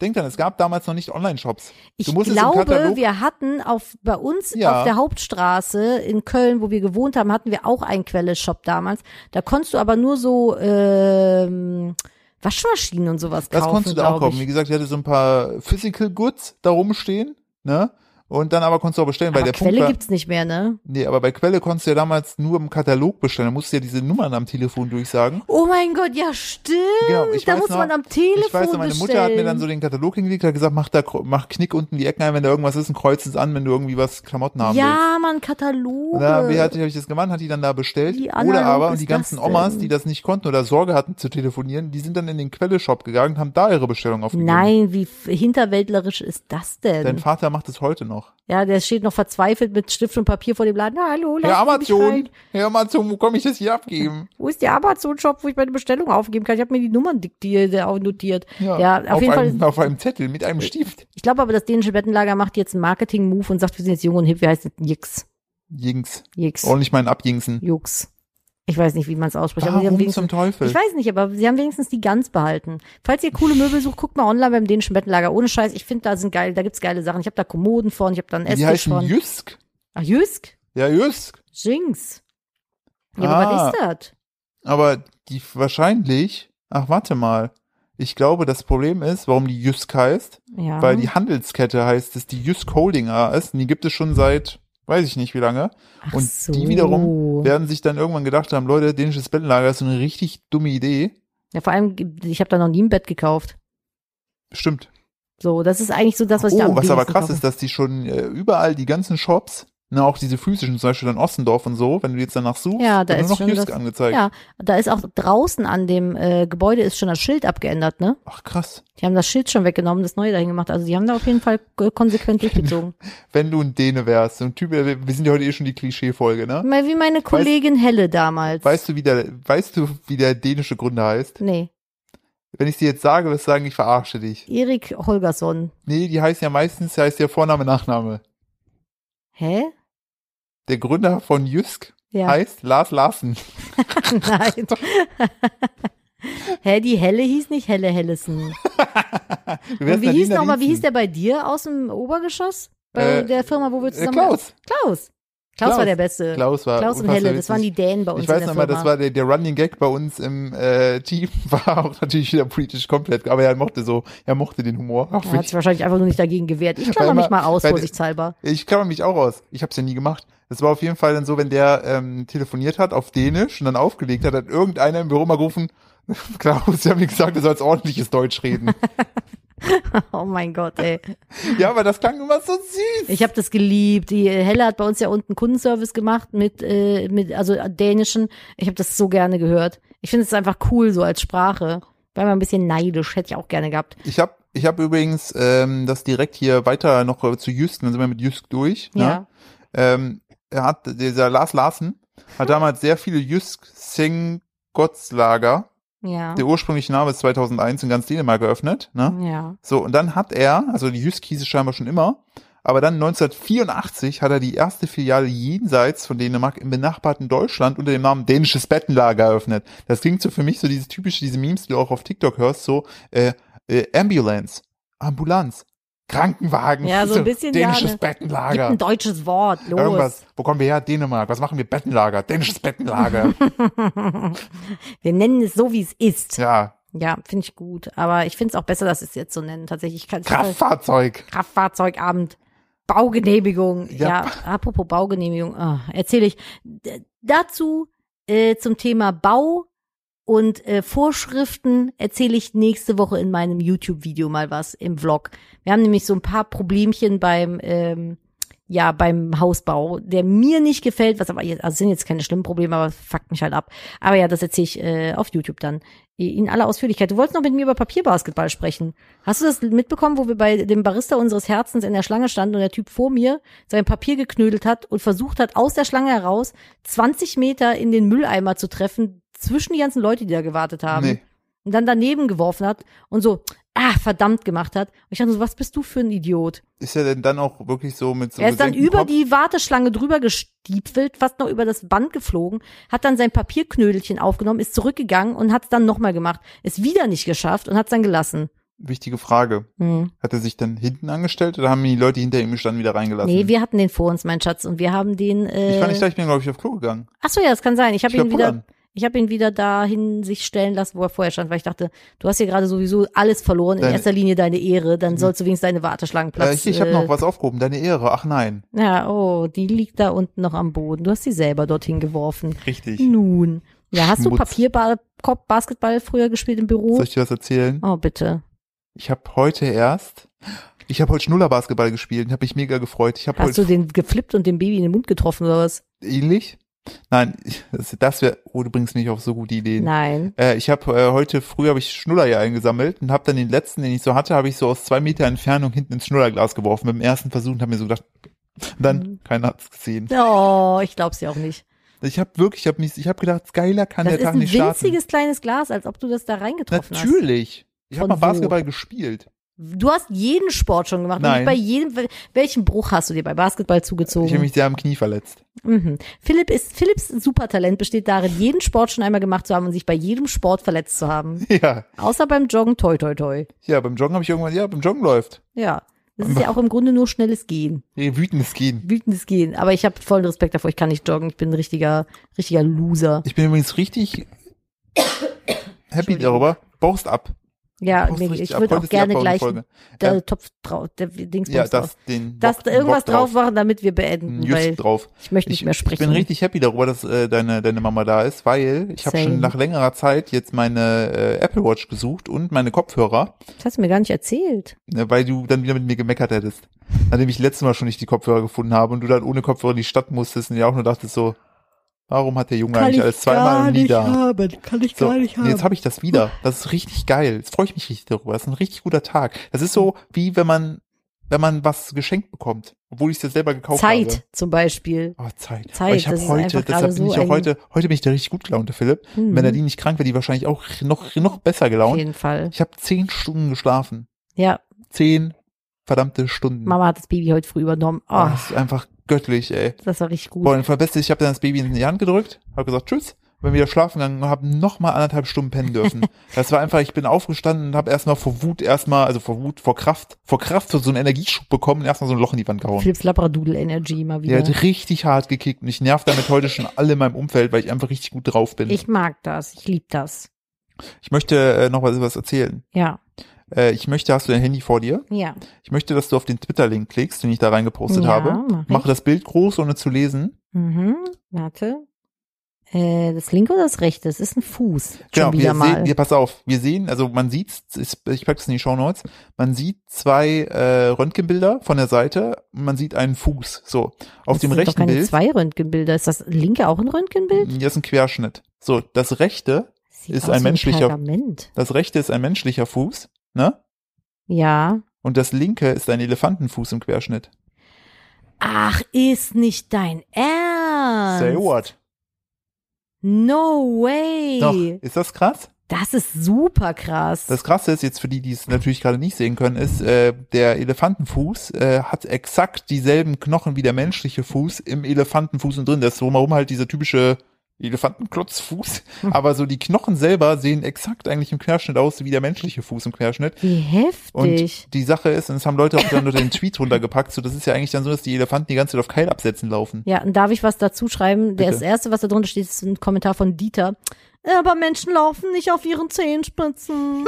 Denk dran, es gab damals noch nicht Online-Shops. Ich musst es im glaube, Katalog- wir hatten auf bei uns Ja. auf der Hauptstraße in Köln, wo wir gewohnt haben, hatten wir auch einen Quelle-Shop damals. Da konntest du aber nur so ähm, Waschmaschinen und sowas Das kaufen. konntest du da auch glaub kaufen. Wie ich. gesagt, ich hatte so ein paar Physical Goods da rumstehen, ne? Und dann aber konntest du auch bestellen, Aber weil der Punkt Quelle war, gibt's nicht mehr, ne? Nee, aber bei Quelle konntest du ja damals nur im Katalog bestellen. Da musst du ja diese Nummern am Telefon durchsagen. Oh mein Gott, ja stimmt. Genau, ich da weiß muss noch- man am Telefon ich weiß, noch, meine bestellen. Mutter hat mir dann so den Katalog hingelegt, hat gesagt, mach da, mach Knick unten die Ecken ein, wenn da irgendwas ist und kreuz es an, wenn du irgendwie was Klamotten haben willst. ja, man Kataloge. Und dann habe ich, hab ich das gemacht, hat die dann da bestellt. Wie analog Oder aber, ist und die ganzen das denn? Omas, die das nicht konnten oder Sorge hatten zu telefonieren, die sind dann in den Quelle-Shop gegangen und haben da ihre Bestellung aufgegeben. Nein, wie f- hinterwäldlerisch ist das denn? Dein Vater macht es heute noch. ja, der steht noch verzweifelt mit Stift und Papier vor dem Laden. Na, hallo, lass Herr mich rein. Amazon, Herr Amazon, wo komme ich das hier abgeben? Wo ist der Amazon-Shop, wo ich meine Bestellung aufgeben kann? Ich habe mir die Nummern diktiert, äh, auch notiert. Ja, auf, jeden einem, Fall. Auf einem Zettel mit einem Stift. Ich glaube aber, das dänische Bettenlager macht jetzt einen Marketing-Move und sagt, wir sind jetzt jung und hip, wir heißen jetzt Jix. Jings. Jix. Ordentlich meinen Abjingsen. Jux. Ich weiß nicht, wie man es ausspricht. Aber sie haben Warum wenigstens, Ah, zum Teufel? ich weiß nicht, aber sie haben wenigstens die Gans behalten. Falls ihr coole Möbel sucht, guckt mal online beim dänischen Bettenlager. Ohne Scheiß, ich finde, da sind geil, da gibt's geile Sachen. Ich habe da Kommoden von, ich habe da einen Die Esstisch heißen von. Jysk. Ach, Jüsk? Ja, Jysk. Jinx. Ja, aber Ah. was ist das? Aber die wahrscheinlich, ach warte mal. Ich glaube, das Problem ist, warum die Jysk heißt, Ja. weil die Handelskette heißt, dass die Jysk Holding AS, und die gibt es schon seit, weiß ich nicht wie lange. Ach und so. die wiederum werden sich dann irgendwann gedacht haben, Leute, dänisches Bettenlager ist so eine richtig dumme Idee. Ja, vor allem, ich habe da noch nie ein Bett gekauft. Stimmt. So, das ist eigentlich so das, was ich da oh, am was aber wenigsten krass kaufe. ist, dass die schon äh, überall die ganzen Shops, na auch diese physischen, zum Beispiel in Ossendorf und so, wenn du jetzt danach suchst, Ja, da wird ist nur noch schon Jysk das- angezeigt. Ja, da ist auch draußen an dem äh, Gebäude ist schon das Schild abgeändert, ne? Ach krass. Die haben das Schild schon weggenommen, das neue dahin gemacht. Also die haben da auf jeden Fall äh, konsequent durchgezogen. wenn du ein Däne wärst, so ein Typ, wir wir sind ja heute eh schon die Klischee-Folge, ne? Mal wie meine Kollegin Helle damals. Weißt du, wie der, weißt du, wie der dänische Gründer heißt? Nee, Wenn ich dir jetzt sage, wirst du sagen, ich verarsche dich. Erik Holgersson. Nee, die heißen ja meistens, heißt ja Vorname, Nachname. Hä? Der Gründer von Jysk Ja, heißt Lars Larsen. nein. Hä, die Helle hieß nicht Helle Hellesen. Wir Und wärst wie Nadine hieß nochmal, Nadinzen. wie hieß der bei dir aus dem Obergeschoss? Bei Äh, der Firma, wo wir Äh, zusammen Klaus. Klaus. Klaus. Klaus. war der Beste. Klaus war Klaus und unfassbar Helle, das witzig. waren die Dänen bei uns Ich weiß in der noch mal, Firma. das war der, der Running Gag bei uns im äh, Team, war auch natürlich wieder politisch komplett, aber er mochte so, er mochte den Humor. Auch er wenn Oh, hat sich wahrscheinlich einfach nur nicht dagegen gewehrt. Ich Weil klammer mich immer- mal aus, weil- vorsichtshalber. Ich klammer mich auch aus. Ich habe es ja nie gemacht. Das war auf jeden Fall dann so, wenn der ähm, telefoniert hat auf Dänisch und dann aufgelegt hat, hat irgendeiner im Büro mal gerufen, Klaus, sie haben mir gesagt, du sollst ordentliches Deutsch reden. Oh mein Gott, ey. ja, aber das klang immer so süß. Ich habe das geliebt. Die äh, Helle hat bei uns ja unten Kundenservice gemacht mit, äh, mit also dänischen. Ich habe das so gerne gehört. Ich finde es einfach cool so als Sprache. War mal ein bisschen neidisch, hätte ich auch gerne gehabt. Ich habe ich hab übrigens ähm, das direkt hier weiter noch äh, zu Jüsten, dann sind wir mit Jüst durch. Ne? Ja. Ähm, er hat, dieser Lars Larsen hat damals sehr viele Jysk Sing Gottslager, Ja. der ursprüngliche Name ist 2001 in ganz Dänemark geöffnet. Ne? Ja. So, und dann hat er, also die Jysk hieß es scheinbar schon immer, aber dann 1984 hat er die erste Filiale jenseits von Dänemark im benachbarten Deutschland unter dem Namen Dänisches Bettenlager eröffnet. Das klingt so für mich so dieses typische, diese Memes, die du auch auf TikTok hörst, so äh, äh, Ambulance, Ambulanz, Krankenwagen, Ja, so ein bisschen, ja, Dänisches ne? Gibt Bettenlager. ein deutsches Wort, los. Irgendwas, wo kommen wir her? Dänemark, was machen wir? Bettenlager, Dänisches Bettenlager. Wir nennen es so, wie es ist. Ja, ja, finde ich gut. Aber ich finde es auch besser, dass sie es jetzt so nennen. Tatsächlich kann Kraftfahrzeug. Kraftfahrzeugabend, Baugenehmigung. Ja, Ja. apropos Baugenehmigung, ah, erzähle ich D- dazu äh, zum Thema Bau und äh, Vorschriften erzähle ich nächste Woche in meinem YouTube-Video mal was im Vlog. Wir haben nämlich so ein paar Problemchen beim ähm, ja beim Hausbau, der mir nicht gefällt, was aber jetzt, also sind jetzt keine schlimmen Probleme, aber fuckt mich halt ab. Aber ja, das erzähle ich äh, auf YouTube dann. In aller Ausführlichkeit. Du wolltest noch mit mir über Papierbasketball sprechen. Hast du das mitbekommen, wo wir bei dem Barista unseres Herzens in der Schlange standen und der Typ vor mir sein Papier geknödelt hat und versucht hat, aus der Schlange heraus 20 Meter in den Mülleimer zu treffen, zwischen die ganzen Leute, die da gewartet haben. Nee. Und dann daneben geworfen hat und so, ah, verdammt gemacht hat. Und ich dachte so, was bist du für ein Idiot? Ist er denn dann auch wirklich so mit so er ist dann gesenktem über Kopf? die Warteschlange drüber gestiepelt, fast noch über das Band geflogen, hat dann sein Papierknödelchen aufgenommen, ist zurückgegangen und hat es dann nochmal gemacht. Ist wieder nicht geschafft und hat es dann gelassen. Wichtige Frage. Hm. Hat er sich dann hinten angestellt oder haben ihn die Leute hinter ihm gestanden wieder reingelassen? Nee, wir hatten den vor uns, mein Schatz, und wir haben den. ich war Äh, nicht da, ich bin, glaube ich, auf Klo gegangen. ach so, ja, das kann sein. Ich habe Ich war ihn wieder. pullern. Ich habe ihn wieder dahin sich stellen lassen, wo er vorher stand, weil ich dachte, du hast hier gerade sowieso alles verloren, in Deine- erster Linie deine Ehre, dann sollst du wenigstens deine Äh, Warteschlangenplatz. hier, ich habe äh, noch was aufgehoben, deine Ehre. Ach nein. Ja, oh, die liegt da unten noch am Boden. Du hast sie selber dorthin geworfen. Richtig. Nun. Ja, hast du Schmutz. Papierball, Kopf- Basketball früher gespielt im Büro? Soll ich dir was erzählen? Oh, bitte. Ich habe heute erst, ich habe heute Schnullerbasketball gespielt und habe mich mega gefreut. Ich habe Hast heute du den geflippt und dem Baby in den Mund getroffen oder was? ähnlich. Nein, ich- das- das wäre, oh, du bringst mich auf so gute Ideen. Nein. Äh, ich habe äh, heute früh habe ich Schnuller hier eingesammelt und habe dann den letzten, den ich so hatte, habe ich so aus zwei Meter Entfernung hinten ins Schnullerglas geworfen. Mit dem ersten Versuch und habe mir so gedacht, und dann Mhm. keiner hat's gesehen. Oh, ich glaub's ja auch nicht. Ich habe wirklich, ich habe mich, ich habe gedacht, geiler kann Das der ist Tag ein nicht starten. winziges kleines Glas, als ob du das da reingetroffen Natürlich. Ich habe Von mal wo? Basketball gespielt. hast. Du hast jeden Sport schon gemacht. Nein. Und bei jedem, welchen Bruch hast du dir bei Basketball Ich habe zugezogen? mich sehr am Knie verletzt. Mhm. Philipp ist, Philipps Supertalent besteht darin, jeden Sport schon einmal gemacht zu haben und sich bei jedem Sport verletzt zu haben. Ja, Außer beim Joggen, toi, toi, toi. ja, beim Joggen habe ich irgendwann, ja, beim Joggen läuft. Ja. Das ist ja auch im Grunde nur schnelles Gehen. Nee, wütendes Gehen. wütendes Gehen. Aber ich habe vollen Respekt davor. Ich kann nicht joggen. Ich bin ein richtiger, richtiger Loser. Ich bin übrigens richtig happy Entschuldigung. darüber. Baust ab. Ja, Baust mir- richtig ich ab. würde Heute auch ist die gerne gleich Abbaufolge. da Ähm, Topf drauf, der Dings ja, drauf. das, den Dass Bock- da irgendwas Bock drauf war, damit wir beenden, Just weil drauf. ich möchte nicht mehr sprechen. ich bin richtig happy darüber, dass äh, deine, deine Mama da ist, weil ich habe Same. schon nach längerer Zeit jetzt meine äh, Apple Watch gesucht und meine Kopfhörer, das hast du mir gar nicht erzählt. äh, weil du dann wieder mit mir gemeckert hättest. Nachdem ich letztes Mal schon nicht die Kopfhörer gefunden habe und du dann ohne Kopfhörer in die Stadt musstest und ja auch nur dachtest so, warum hat der Junge eigentlich alles zweimal und nie da? haben. Kann ich So, und jetzt habe ich das wieder. Das ist richtig geil. Jetzt freue ich mich richtig darüber. Das ist ein richtig guter Tag. Das ist so, wie wenn man, wenn man was geschenkt bekommt, obwohl ich es ja selber gekauft Zeit habe. zum Beispiel. Oh, Zeit. Zeit, Aber ich habe das ist heute, einfach gerade deshalb bin so ich auch ein- heute, heute bin ich da richtig gut gelaunt, der Philipp. Hm, Wenn er die nicht krank wäre, die wahrscheinlich auch noch, noch besser auf gelaunt. jeden Fall. Ich habe zehn Stunden geschlafen. Ja, Zehn verdammte Stunden. Mama hat das Baby heute früh übernommen. Oh, Oh, das ist einfach göttlich, ey. das war richtig gut. Boah, und das Beste ist, ich habe dann das Baby in die Hand gedrückt, habe gesagt Tschüss, bin wieder schlafen gegangen und habe nochmal anderthalb Stunden pennen dürfen. Das war einfach, ich bin aufgestanden und habe erstmal vor Wut erstmal, also vor Wut, vor Kraft, vor Kraft so einen Energieschub bekommen und erstmal so ein Loch in die Wand gehauen. Philips Labradoodle Energy mal Der wieder. hat richtig hart gekickt und ich nerv damit heute schon alle in meinem Umfeld, weil ich einfach richtig gut drauf bin. Ich, ich mag das. Ich lieb das. möchte äh, noch was, was erzählen. Ja, Äh, ich möchte, hast du dein Handy vor dir? ja. Ich möchte, dass du auf den Twitter-Link klickst, den ich da reingepostet Ja, habe. mach ich. Mache das Bild groß, ohne zu lesen. Mhm, warte. Äh, das linke oder das rechte? Es ist ein Fuß. Genau, Schon wir wieder mal. sehen, wir, pass auf, wir sehen, also man sieht, ich packe es in die Shownotes, man sieht zwei äh, Röntgenbilder von der Seite, man sieht einen Fuß, so. Auf das dem sind doch rechten keine Bild, zwei Röntgenbilder. Ist das linke auch ein Röntgenbild? hier ist ein Querschnitt. So, das rechte, Sieht Ist aus ein wie menschlicher- Pergament. das rechte ist ein menschlicher Fuß, ne? Ja. Und das linke ist ein Elefantenfuß im Querschnitt. Ach, ist nicht dein Ernst. Say what? No way. Doch, ist das krass? Das ist super krass. Das Krasse ist jetzt für die, die es natürlich gerade nicht sehen können, ist, äh, der Elefantenfuß äh, hat exakt dieselben Knochen wie der menschliche Fuß im Elefantenfuß und drin. Das ist drumherum halt dieser typische Elefantenklotzfuß. Aber so die Knochen selber sehen exakt eigentlich im Querschnitt aus wie der menschliche Fuß im Querschnitt. Wie Und heftig. die Sache ist, und das haben Leute auch dann unter den Tweet runtergepackt, so das ist ja eigentlich dann so, dass die Elefanten die ganze Zeit auf Keil absetzen laufen. ja, und darf ich was dazu schreiben? Der Bitte. Das erste, was da drunter steht, ist ein Kommentar von Dieter. Aber Menschen laufen nicht auf ihren Zehenspitzen.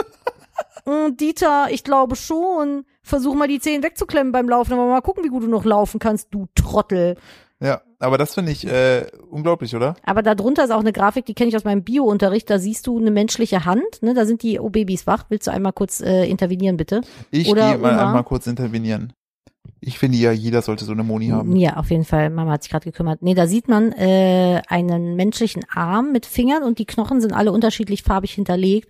Mm, Dieter, ich glaube schon. Versuch mal die Zehen wegzuklemmen beim Laufen, aber mal gucken, wie gut du noch laufen kannst, du Trottel. Ja, aber das finde ich äh, unglaublich, oder? Aber darunter ist auch eine Grafik, die kenne ich aus meinem Bio-Unterricht. Da siehst du eine menschliche Hand. Ne? Da sind die oh, Babys wach. Willst du einmal kurz äh, intervenieren, bitte? Ich Oder gehe mal Oma. einmal kurz intervenieren. Ich finde ja, jeder sollte so eine Moni haben. Ja, auf jeden Fall. Mama hat sich gerade gekümmert. Nee, da sieht man äh, einen menschlichen Arm mit Fingern und die Knochen sind alle unterschiedlich farbig hinterlegt.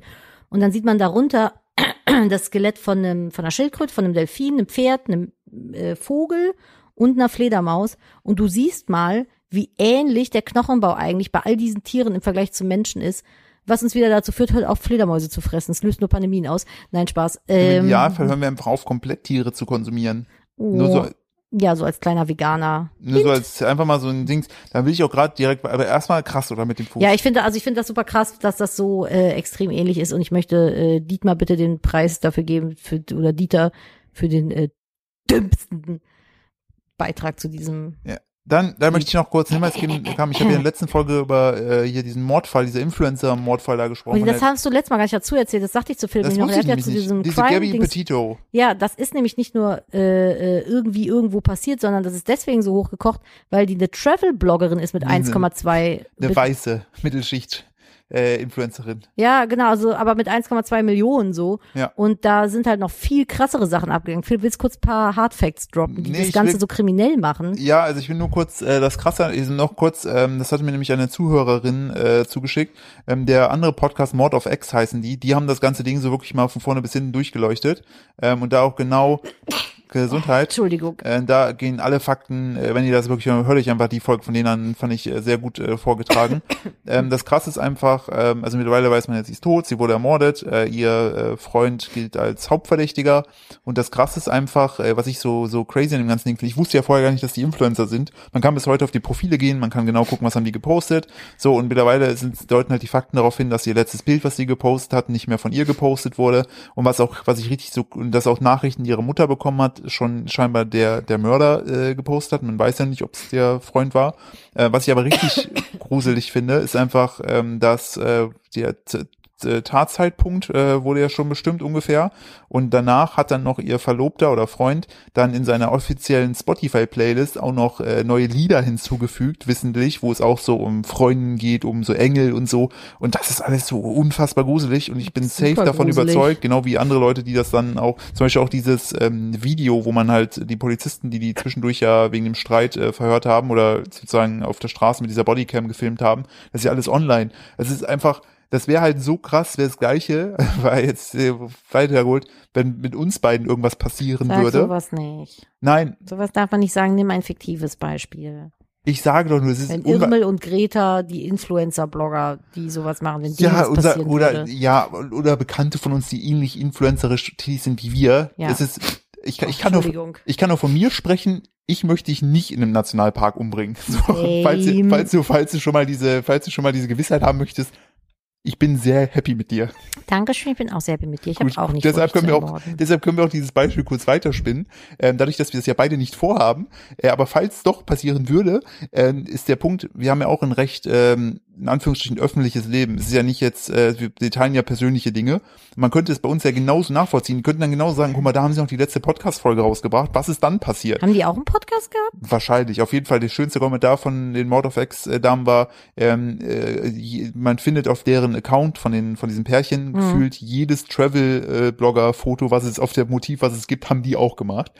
Und dann sieht man darunter das Skelett von einem, von einer Schildkröte, von einem Delfin, einem Pferd, einem äh, Vogel und einer Fledermaus. Und du siehst mal, wie ähnlich der Knochenbau eigentlich bei all diesen Tieren im Vergleich zum Menschen ist. Was uns wieder dazu führt, halt auch Fledermäuse zu fressen. Es löst nur Pandemien aus. Nein, Spaß. Im Ähm, Idealfall hören wir einfach auf, komplett Tiere zu konsumieren. oh, Nur so, ja, so als kleiner Veganer. nur so als einfach mal so ein Dings. Da will ich auch gerade direkt, aber erstmal krass oder mit dem Fuß. Ja, ich finde, also ich finde das super krass, dass das so äh, extrem ähnlich ist und ich möchte äh, Dietmar bitte den Preis dafür geben für oder Dieter für den äh, dümmsten Beitrag zu diesem. Dann, dann möchte ich noch kurz einen Hinweis geben, kam, ich habe ja in der letzten Folge über äh, hier diesen Mordfall, dieser Influencer-Mordfall da gesprochen. Und das hast du letztes Mal gar nicht dazu erzählt, das sagte ich zu Philipp das nämlich noch. wusste Er ich nämlich hat ja zu nicht. diesem Diese Gabby Crime-Dings. Petito. Ja, das ist nämlich nicht nur äh, äh, irgendwie irgendwo passiert, sondern das ist deswegen so hochgekocht, weil die eine Travel-Bloggerin ist mit Eine- 1,2 Eine Bit- weiße äh, Mittelschicht-Influencerin. Ja, genau, also aber mit 1,2 Millionen so. Ja. Und da sind halt noch viel krassere Sachen abgegangen. Phil, willst du kurz ein paar Hardfacts droppen, die Nee, das ich Ganze will- so kriminell machen? ja, also ich will nur kurz, äh, das Krasse ist noch kurz, ähm, das hatte mir nämlich eine Zuhörerin äh, zugeschickt, ähm, der andere Podcast Mord of X heißen die, die haben das ganze Ding so wirklich mal von vorne bis hinten durchgeleuchtet ähm, und da auch genau Gesundheit. Entschuldigung. Äh, da gehen alle Fakten, äh, wenn ihr das wirklich hören, hört euch einfach die Folge von denen an, fand ich äh, sehr gut äh, vorgetragen. ähm, das krasse ist einfach, ähm, also mittlerweile weiß man jetzt, sie ist tot, sie wurde ermordet, äh, ihr äh, Freund gilt als Hauptverdächtiger und das krasse ist einfach, äh, was ich so, so crazy an dem ganzen Ding finde, ich wusste ja vorher gar nicht, dass die Influencer sind. Man kann bis heute auf die Profile gehen, man kann genau gucken, was haben die gepostet. So, und mittlerweile sind, deuten halt die Fakten darauf hin, dass ihr letztes Bild, was sie gepostet hat, nicht mehr von ihr gepostet wurde. Und was auch, was ich richtig so, und dass auch Nachrichten, die ihre Mutter bekommen hat, schon scheinbar der, der Mörder äh, gepostet hat. Man weiß ja nicht, ob es der Freund war. Äh, was ich aber richtig gruselig finde, ist einfach, ähm, dass äh, der T- T- Tatzeitpunkt äh, wurde ja schon bestimmt ungefähr. Und danach hat dann noch ihr Verlobter oder Freund dann in seiner offiziellen Spotify-Playlist auch noch äh, neue Lieder hinzugefügt, wissentlich, wo es auch so um Freunden geht, um so Engel und so. Und das ist alles so unfassbar gruselig und ich bin safe Super davon gruselig. überzeugt, genau wie andere Leute, die das dann auch, zum Beispiel auch dieses ähm, Video, wo man halt die Polizisten, die die zwischendurch ja wegen dem Streit äh, verhört haben oder sozusagen auf der Straße mit dieser Bodycam gefilmt haben, das ist ja alles online. Es ist einfach, das wäre halt so krass, wäre das Gleiche, weil jetzt äh, weitergeholt, wenn mit uns beiden irgendwas passieren Sag würde. sowas nicht. Nein, Sowas darf man nicht sagen. Nimm ein fiktives Beispiel. ich sage doch nur, es ist Wenn unwahr- Irmel und Greta, die Influencer-Blogger, die sowas machen, wenn denen ja, das unser, passieren oder, würde. ja, oder Bekannte von uns, die ähnlich influencerisch tätig sind wie wir. Ja. Es ist, ich, kann- ich Ach, kann nur Entschuldigung. Ich kann nur von mir sprechen, ich möchte dich nicht in einem Nationalpark umbringen. So, Same. falls, du, falls, du, falls du schon mal diese, falls du schon mal diese Gewissheit haben möchtest, ich bin sehr happy mit dir. Dankeschön, ich bin auch sehr happy mit dir. Ich Gut, habe auch nicht deshalb vor, können dich wir zu auch, ermorden. deshalb können wir auch dieses Beispiel kurz weiterspinnen. Ähm, dadurch, dass wir das ja beide nicht vorhaben, äh, aber falls doch passieren würde, ähm, ist der Punkt, wir haben ja auch ein recht, ähm, in Anführungsstrichen, öffentliches Leben. Es ist ja nicht jetzt, äh, wir wir teilen ja persönliche Dinge. Man könnte es bei uns ja genauso nachvollziehen, könnten dann genauso sagen, guck mal, da haben sie noch die letzte Podcast-Folge rausgebracht. Was ist dann passiert? Haben die auch einen Podcast gehabt? Wahrscheinlich. Auf jeden Fall der schönste Kommentar von den Mord of X äh, Damen war, ähm, äh, je- man findet auf deren Account von den von diesem Mhm. Pärchen gefühlt jedes Travel äh, Blogger Foto, was es auf der Motiv, was es gibt, haben die auch gemacht.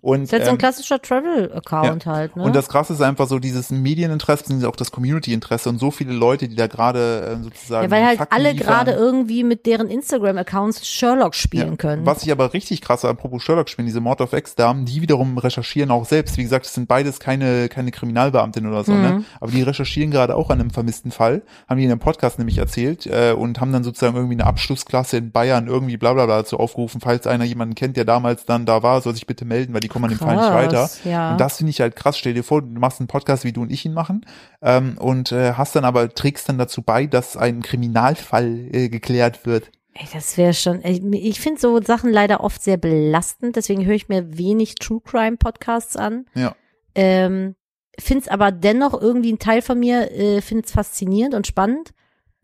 Und Das ist jetzt so ein ähm, klassischer Travel-Account halt, ne? und das krasse ist einfach so dieses Medieninteresse, beziehungsweise auch das Community-Interesse und so viele Leute, die da gerade äh, sozusagen. Ja, weil halt Fakten alle liefern. gerade irgendwie mit deren Instagram-Accounts Sherlock spielen können. Was ich aber richtig krass, apropos Sherlock spielen, diese Mord of X-Damen, die wiederum recherchieren auch selbst. Wie gesagt, es sind beides keine, keine Kriminalbeamtin oder so, ne? Mhm. Aber die recherchieren gerade auch an einem vermissten Fall, haben die in einem Podcast nämlich erzählt äh, und haben dann sozusagen irgendwie eine Abschlussklasse in Bayern irgendwie bla bla bla dazu aufgerufen, falls einer jemanden kennt, der damals dann da war, soll sich bitte melden, weil die kommen an dem Fall nicht weiter. Krass, ja. Und das finde ich halt krass. Stell dir vor, du machst einen Podcast, wie du und ich ihn machen, ähm, und äh, hast dann aber, trägst dann dazu bei, dass ein Kriminalfall äh, geklärt wird. Ey, das wäre schon, ich, ich finde so Sachen leider oft sehr belastend, deswegen höre ich mir wenig True Crime Podcasts an. Ja. Ähm, finde es aber dennoch irgendwie ein Teil von mir, äh, finde es faszinierend und spannend.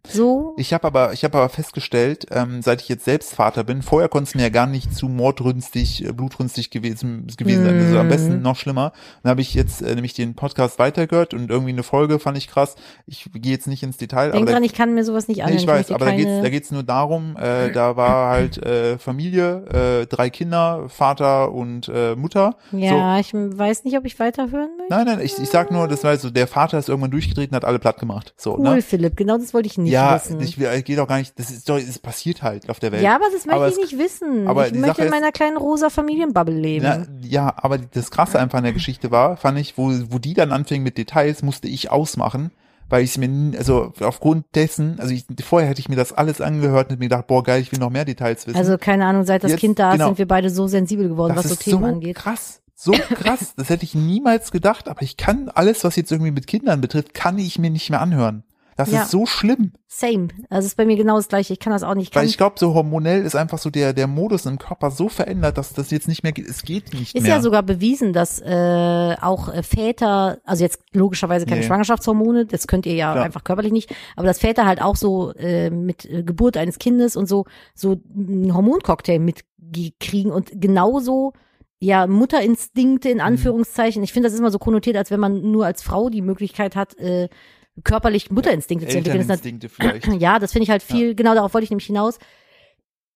So. Ich habe aber, ich habe aber festgestellt, ähm, seit ich jetzt selbst Vater bin, vorher konnte es mir ja gar nicht zu mordrünstig, äh, blutrünstig gewesen, gewesen sein. Also am Mm. besten noch schlimmer. Dann habe ich jetzt äh, nämlich den Podcast weitergehört und irgendwie eine Folge fand ich krass. Ich gehe jetzt nicht ins Detail, Denk aber da, dran, ich kann mir sowas nicht Nee, anhören. ich weiß, möchte aber da keine- geht's, da geht's nur darum, äh, da war halt äh, Familie, äh, drei Kinder, Vater und äh, Mutter. Ja, ich weiß nicht, ob ich weiterhören möchte. Nein, nein, ich, ich sag nur, das war so, der Vater ist irgendwann durchgedreht und hat alle platt gemacht. So, Cool, ne? Philipp, genau das wollte ich nicht ja, wissen. ich will, geht auch gar nicht, das ist doch, es passiert halt auf der Welt. ja, aber das möchte aber ich es- nicht wissen. aber ich die möchte Sache in ist- meiner kleinen rosa Familienbubble leben. Na, ja, aber das Krasse einfach an der Geschichte war, fand ich, wo, wo die dann anfingen mit Details, musste ich ausmachen, weil ich mir, n- also aufgrund dessen, also ich, vorher hätte ich mir das alles angehört und mir gedacht, boah geil, ich will noch mehr Details wissen. also keine Ahnung, seit das Jetzt- Kind da ist, genau. sind wir beide so sensibel geworden, das was so ist Themen so angeht. krass, so krass, das hätte ich niemals gedacht, aber ich kann alles, was jetzt irgendwie mit Kindern betrifft, kann ich mir nicht mehr anhören. Das Ja. ist so schlimm, Same. Also ist bei mir genau das gleiche. Ich kann das auch nicht. Ich weil Kann, ich glaube, so hormonell ist einfach so der, der Modus im Körper so verändert, dass das jetzt nicht mehr geht. Es geht nicht ist mehr. ja sogar bewiesen, dass äh, auch äh, Väter, also jetzt logischerweise keine Nee. Schwangerschaftshormone, das könnt ihr ja Klar. einfach körperlich nicht, aber dass Väter halt auch so äh, mit äh, Geburt eines Kindes und so so einen Hormoncocktail mitkriegen und genauso ja Mutterinstinkte Mhm. in Anführungszeichen. Ich finde, das ist immer so konnotiert, als wenn man nur als Frau die Möglichkeit hat, äh, körperlich Mutterinstinkte zu entwickeln. Das ist nat- Elterninstinkte vielleicht. Ja, das finde ich halt viel, genau darauf wollte ich nämlich hinaus.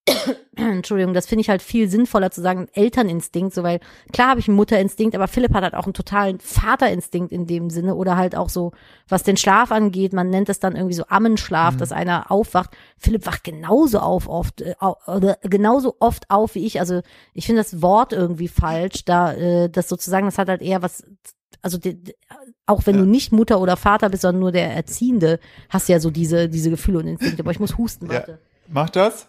Entschuldigung, das finde ich halt viel sinnvoller zu sagen, Elterninstinkt, so weil klar habe ich einen Mutterinstinkt, aber Philipp hat halt auch einen totalen Vaterinstinkt in dem Sinne oder halt auch so, was den Schlaf angeht, man nennt das dann irgendwie so Ammenschlaf, dass einer aufwacht. Philipp wacht genauso auf oft, äh, au- oder genauso oft auf wie ich. Also ich finde das Wort irgendwie falsch, da äh, das sozusagen, das hat halt eher was, also de, de, auch wenn Ja. du nicht Mutter oder Vater bist, sondern nur der Erziehende, hast du ja so diese, diese Gefühle und Instinkte. Aber ich muss husten, Ja. warte. Mach das.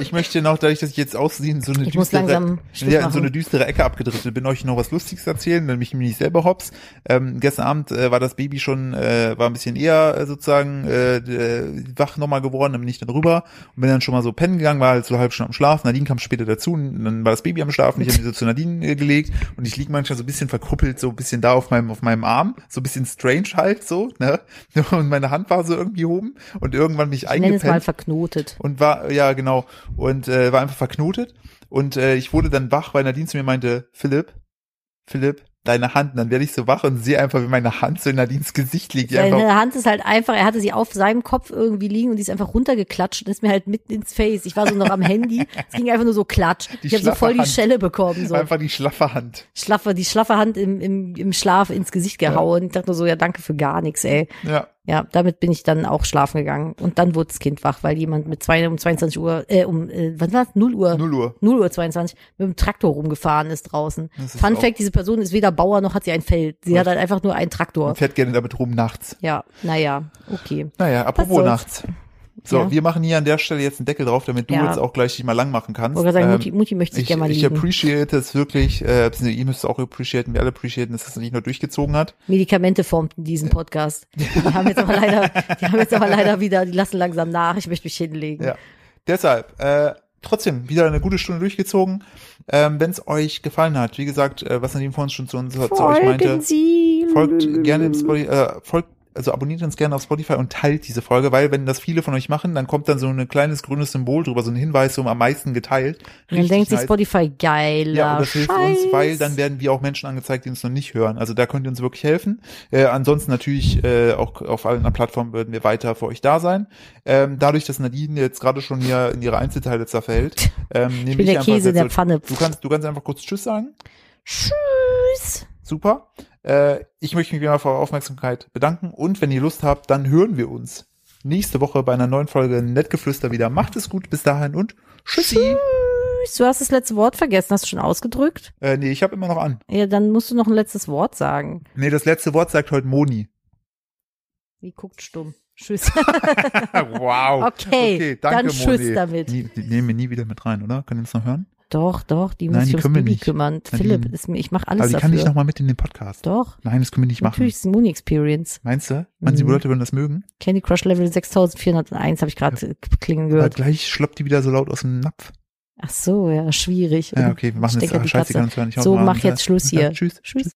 Ich möchte noch, dadurch, dass ich jetzt aussehen, so eine Ich muss langsam Schluss ja, in so machen. eine düstere Ecke abgedriftet bin, euch noch was Lustiges erzählen, damit ich mich nicht selber hops. Ähm, gestern Abend äh, war das Baby schon, äh, war ein bisschen eher äh, sozusagen äh, äh, wach nochmal geworden, dann bin ich dann rüber und bin dann schon mal so pennen gegangen, war halt so halb schon am Schlafen. Nadine kam später dazu und dann war das Baby am Schlafen, ich habe mich so zu Nadine äh, gelegt und ich liege manchmal so ein bisschen verkrüppelt, so ein bisschen da auf meinem, auf meinem Arm, so ein bisschen strange halt so, ne? Und meine Hand war so irgendwie oben und irgendwann mich Ich nenne es mal eingepennt verknotet. und war ja genau und äh, war einfach verknotet und äh, ich wurde dann wach, weil Nadine zu mir meinte, Philipp, Philipp, deine Hand. Und dann werde ich so wach und sehe einfach, wie meine Hand so in Nadines Gesicht liegt. Die einfach, Seine Hand ist halt einfach, er hatte sie auf seinem Kopf irgendwie liegen und die ist einfach runtergeklatscht und ist mir halt mitten ins Face. Ich war so noch am Handy, es ging einfach nur so klatsch. Die ich habe so schlaffe voll die Hand. Schelle bekommen, so einfach die schlaffe Hand. schlaffe, die schlaffe Hand im, im, im Schlaf ins Gesicht gehauen. Ich dachte nur so, ja danke für gar nichts, ey. Ja, Ja, damit bin ich dann auch schlafen gegangen und dann wurde das Kind wach, weil jemand mit zwei, um 22 Uhr, äh, um, äh, wann war's? 0 Uhr. 0 Uhr. 0 Uhr 22 mit dem Traktor rumgefahren ist draußen. Das ist Fun auch- Fact, diese Person ist weder Bauer noch hat sie ein Feld. Sie hat halt einfach nur einen Traktor. Und fährt gerne damit rum nachts. Ja, naja, okay. Naja, apropos soll's. nachts. So, Ja. wir machen hier an der Stelle jetzt einen Deckel drauf, damit du Ja. jetzt auch gleich dich mal lang machen kannst. Wollte gerade sagen, Ähm, Mutti, Mutti möchte sich ich, gerne mal ich liegen. appreciate es wirklich, äh, beziehungsweise ihr müsst es auch appreciaten, wir alle appreciaten, dass das nicht nur durchgezogen hat. Medikamente formten diesen Podcast. Die haben jetzt aber leider, die haben jetzt aber leider wieder, die lassen langsam nach, ich möchte mich hinlegen. Ja. Deshalb, äh, trotzdem, wieder eine gute Stunde durchgezogen. Ähm, Wenn es euch gefallen hat, wie gesagt, äh, was Nadine vorhin schon zu uns zu euch meinte, Folgen Sie. folgt gerne im Spotify, äh, folgt, also abonniert uns gerne auf Spotify und teilt diese Folge, weil wenn das viele von euch machen, dann kommt dann so ein kleines grünes Symbol drüber, so ein Hinweis, so am meisten geteilt. Und dann denkt sich nice. Spotify, geiler Ja, und das Scheiß. hilft uns, weil dann werden wir auch Menschen angezeigt, die uns noch nicht hören. Also da könnt ihr uns wirklich helfen. Äh, ansonsten natürlich äh, auch auf allen Plattformen würden wir weiter für euch da sein. Ähm, dadurch, dass Nadine jetzt gerade schon hier in ihre Einzelteile zerfällt, ähm, nehme ich bin der einfach Käse in jetzt so- der Pfanne. Du kannst, du kannst einfach kurz Tschüss sagen. Tschüss. Super. Äh, ich möchte mich wie immer für eure Aufmerksamkeit bedanken und wenn ihr Lust habt, dann hören wir uns nächste Woche bei einer neuen Folge Nettgeflüster wieder. Macht es gut, bis dahin und Tschüssi. Tschüss. Du hast das letzte Wort vergessen, hast du schon ausgedrückt? Äh, nee, ich habe immer noch an. Ja, dann musst du noch ein letztes Wort sagen. Nee, das letzte Wort sagt heute Moni. Die guckt stumm. Tschüss. wow. Okay, dann tschüss damit. Nie, die nehmen wir nie wieder mit rein, oder? Können wir uns noch hören? Doch, doch, die muss Nein, die sich ums können wir Baby nicht. kümmern. Philipp, ist mir, ich mache alles Aber die kann ich dafür. noch mal mit in den Podcast. doch, Nein, das können wir nicht natürlich machen. ist es Moon Experience. Meinst du? Meinst du, die Mhm. Leute würden das mögen? Candy Crush Level 6401 habe ich gerade äh, klingen Aber gehört. gleich schloppt die wieder so laut aus dem Napf. Ach so, ja, schwierig. Ja, okay, wir machen jetzt. Stecker Ach, die scheiße, die Katze. kann uns hören. Ich hau So, mal mach ab. jetzt Schluss Ja, hier. Tschüss. Tschüss.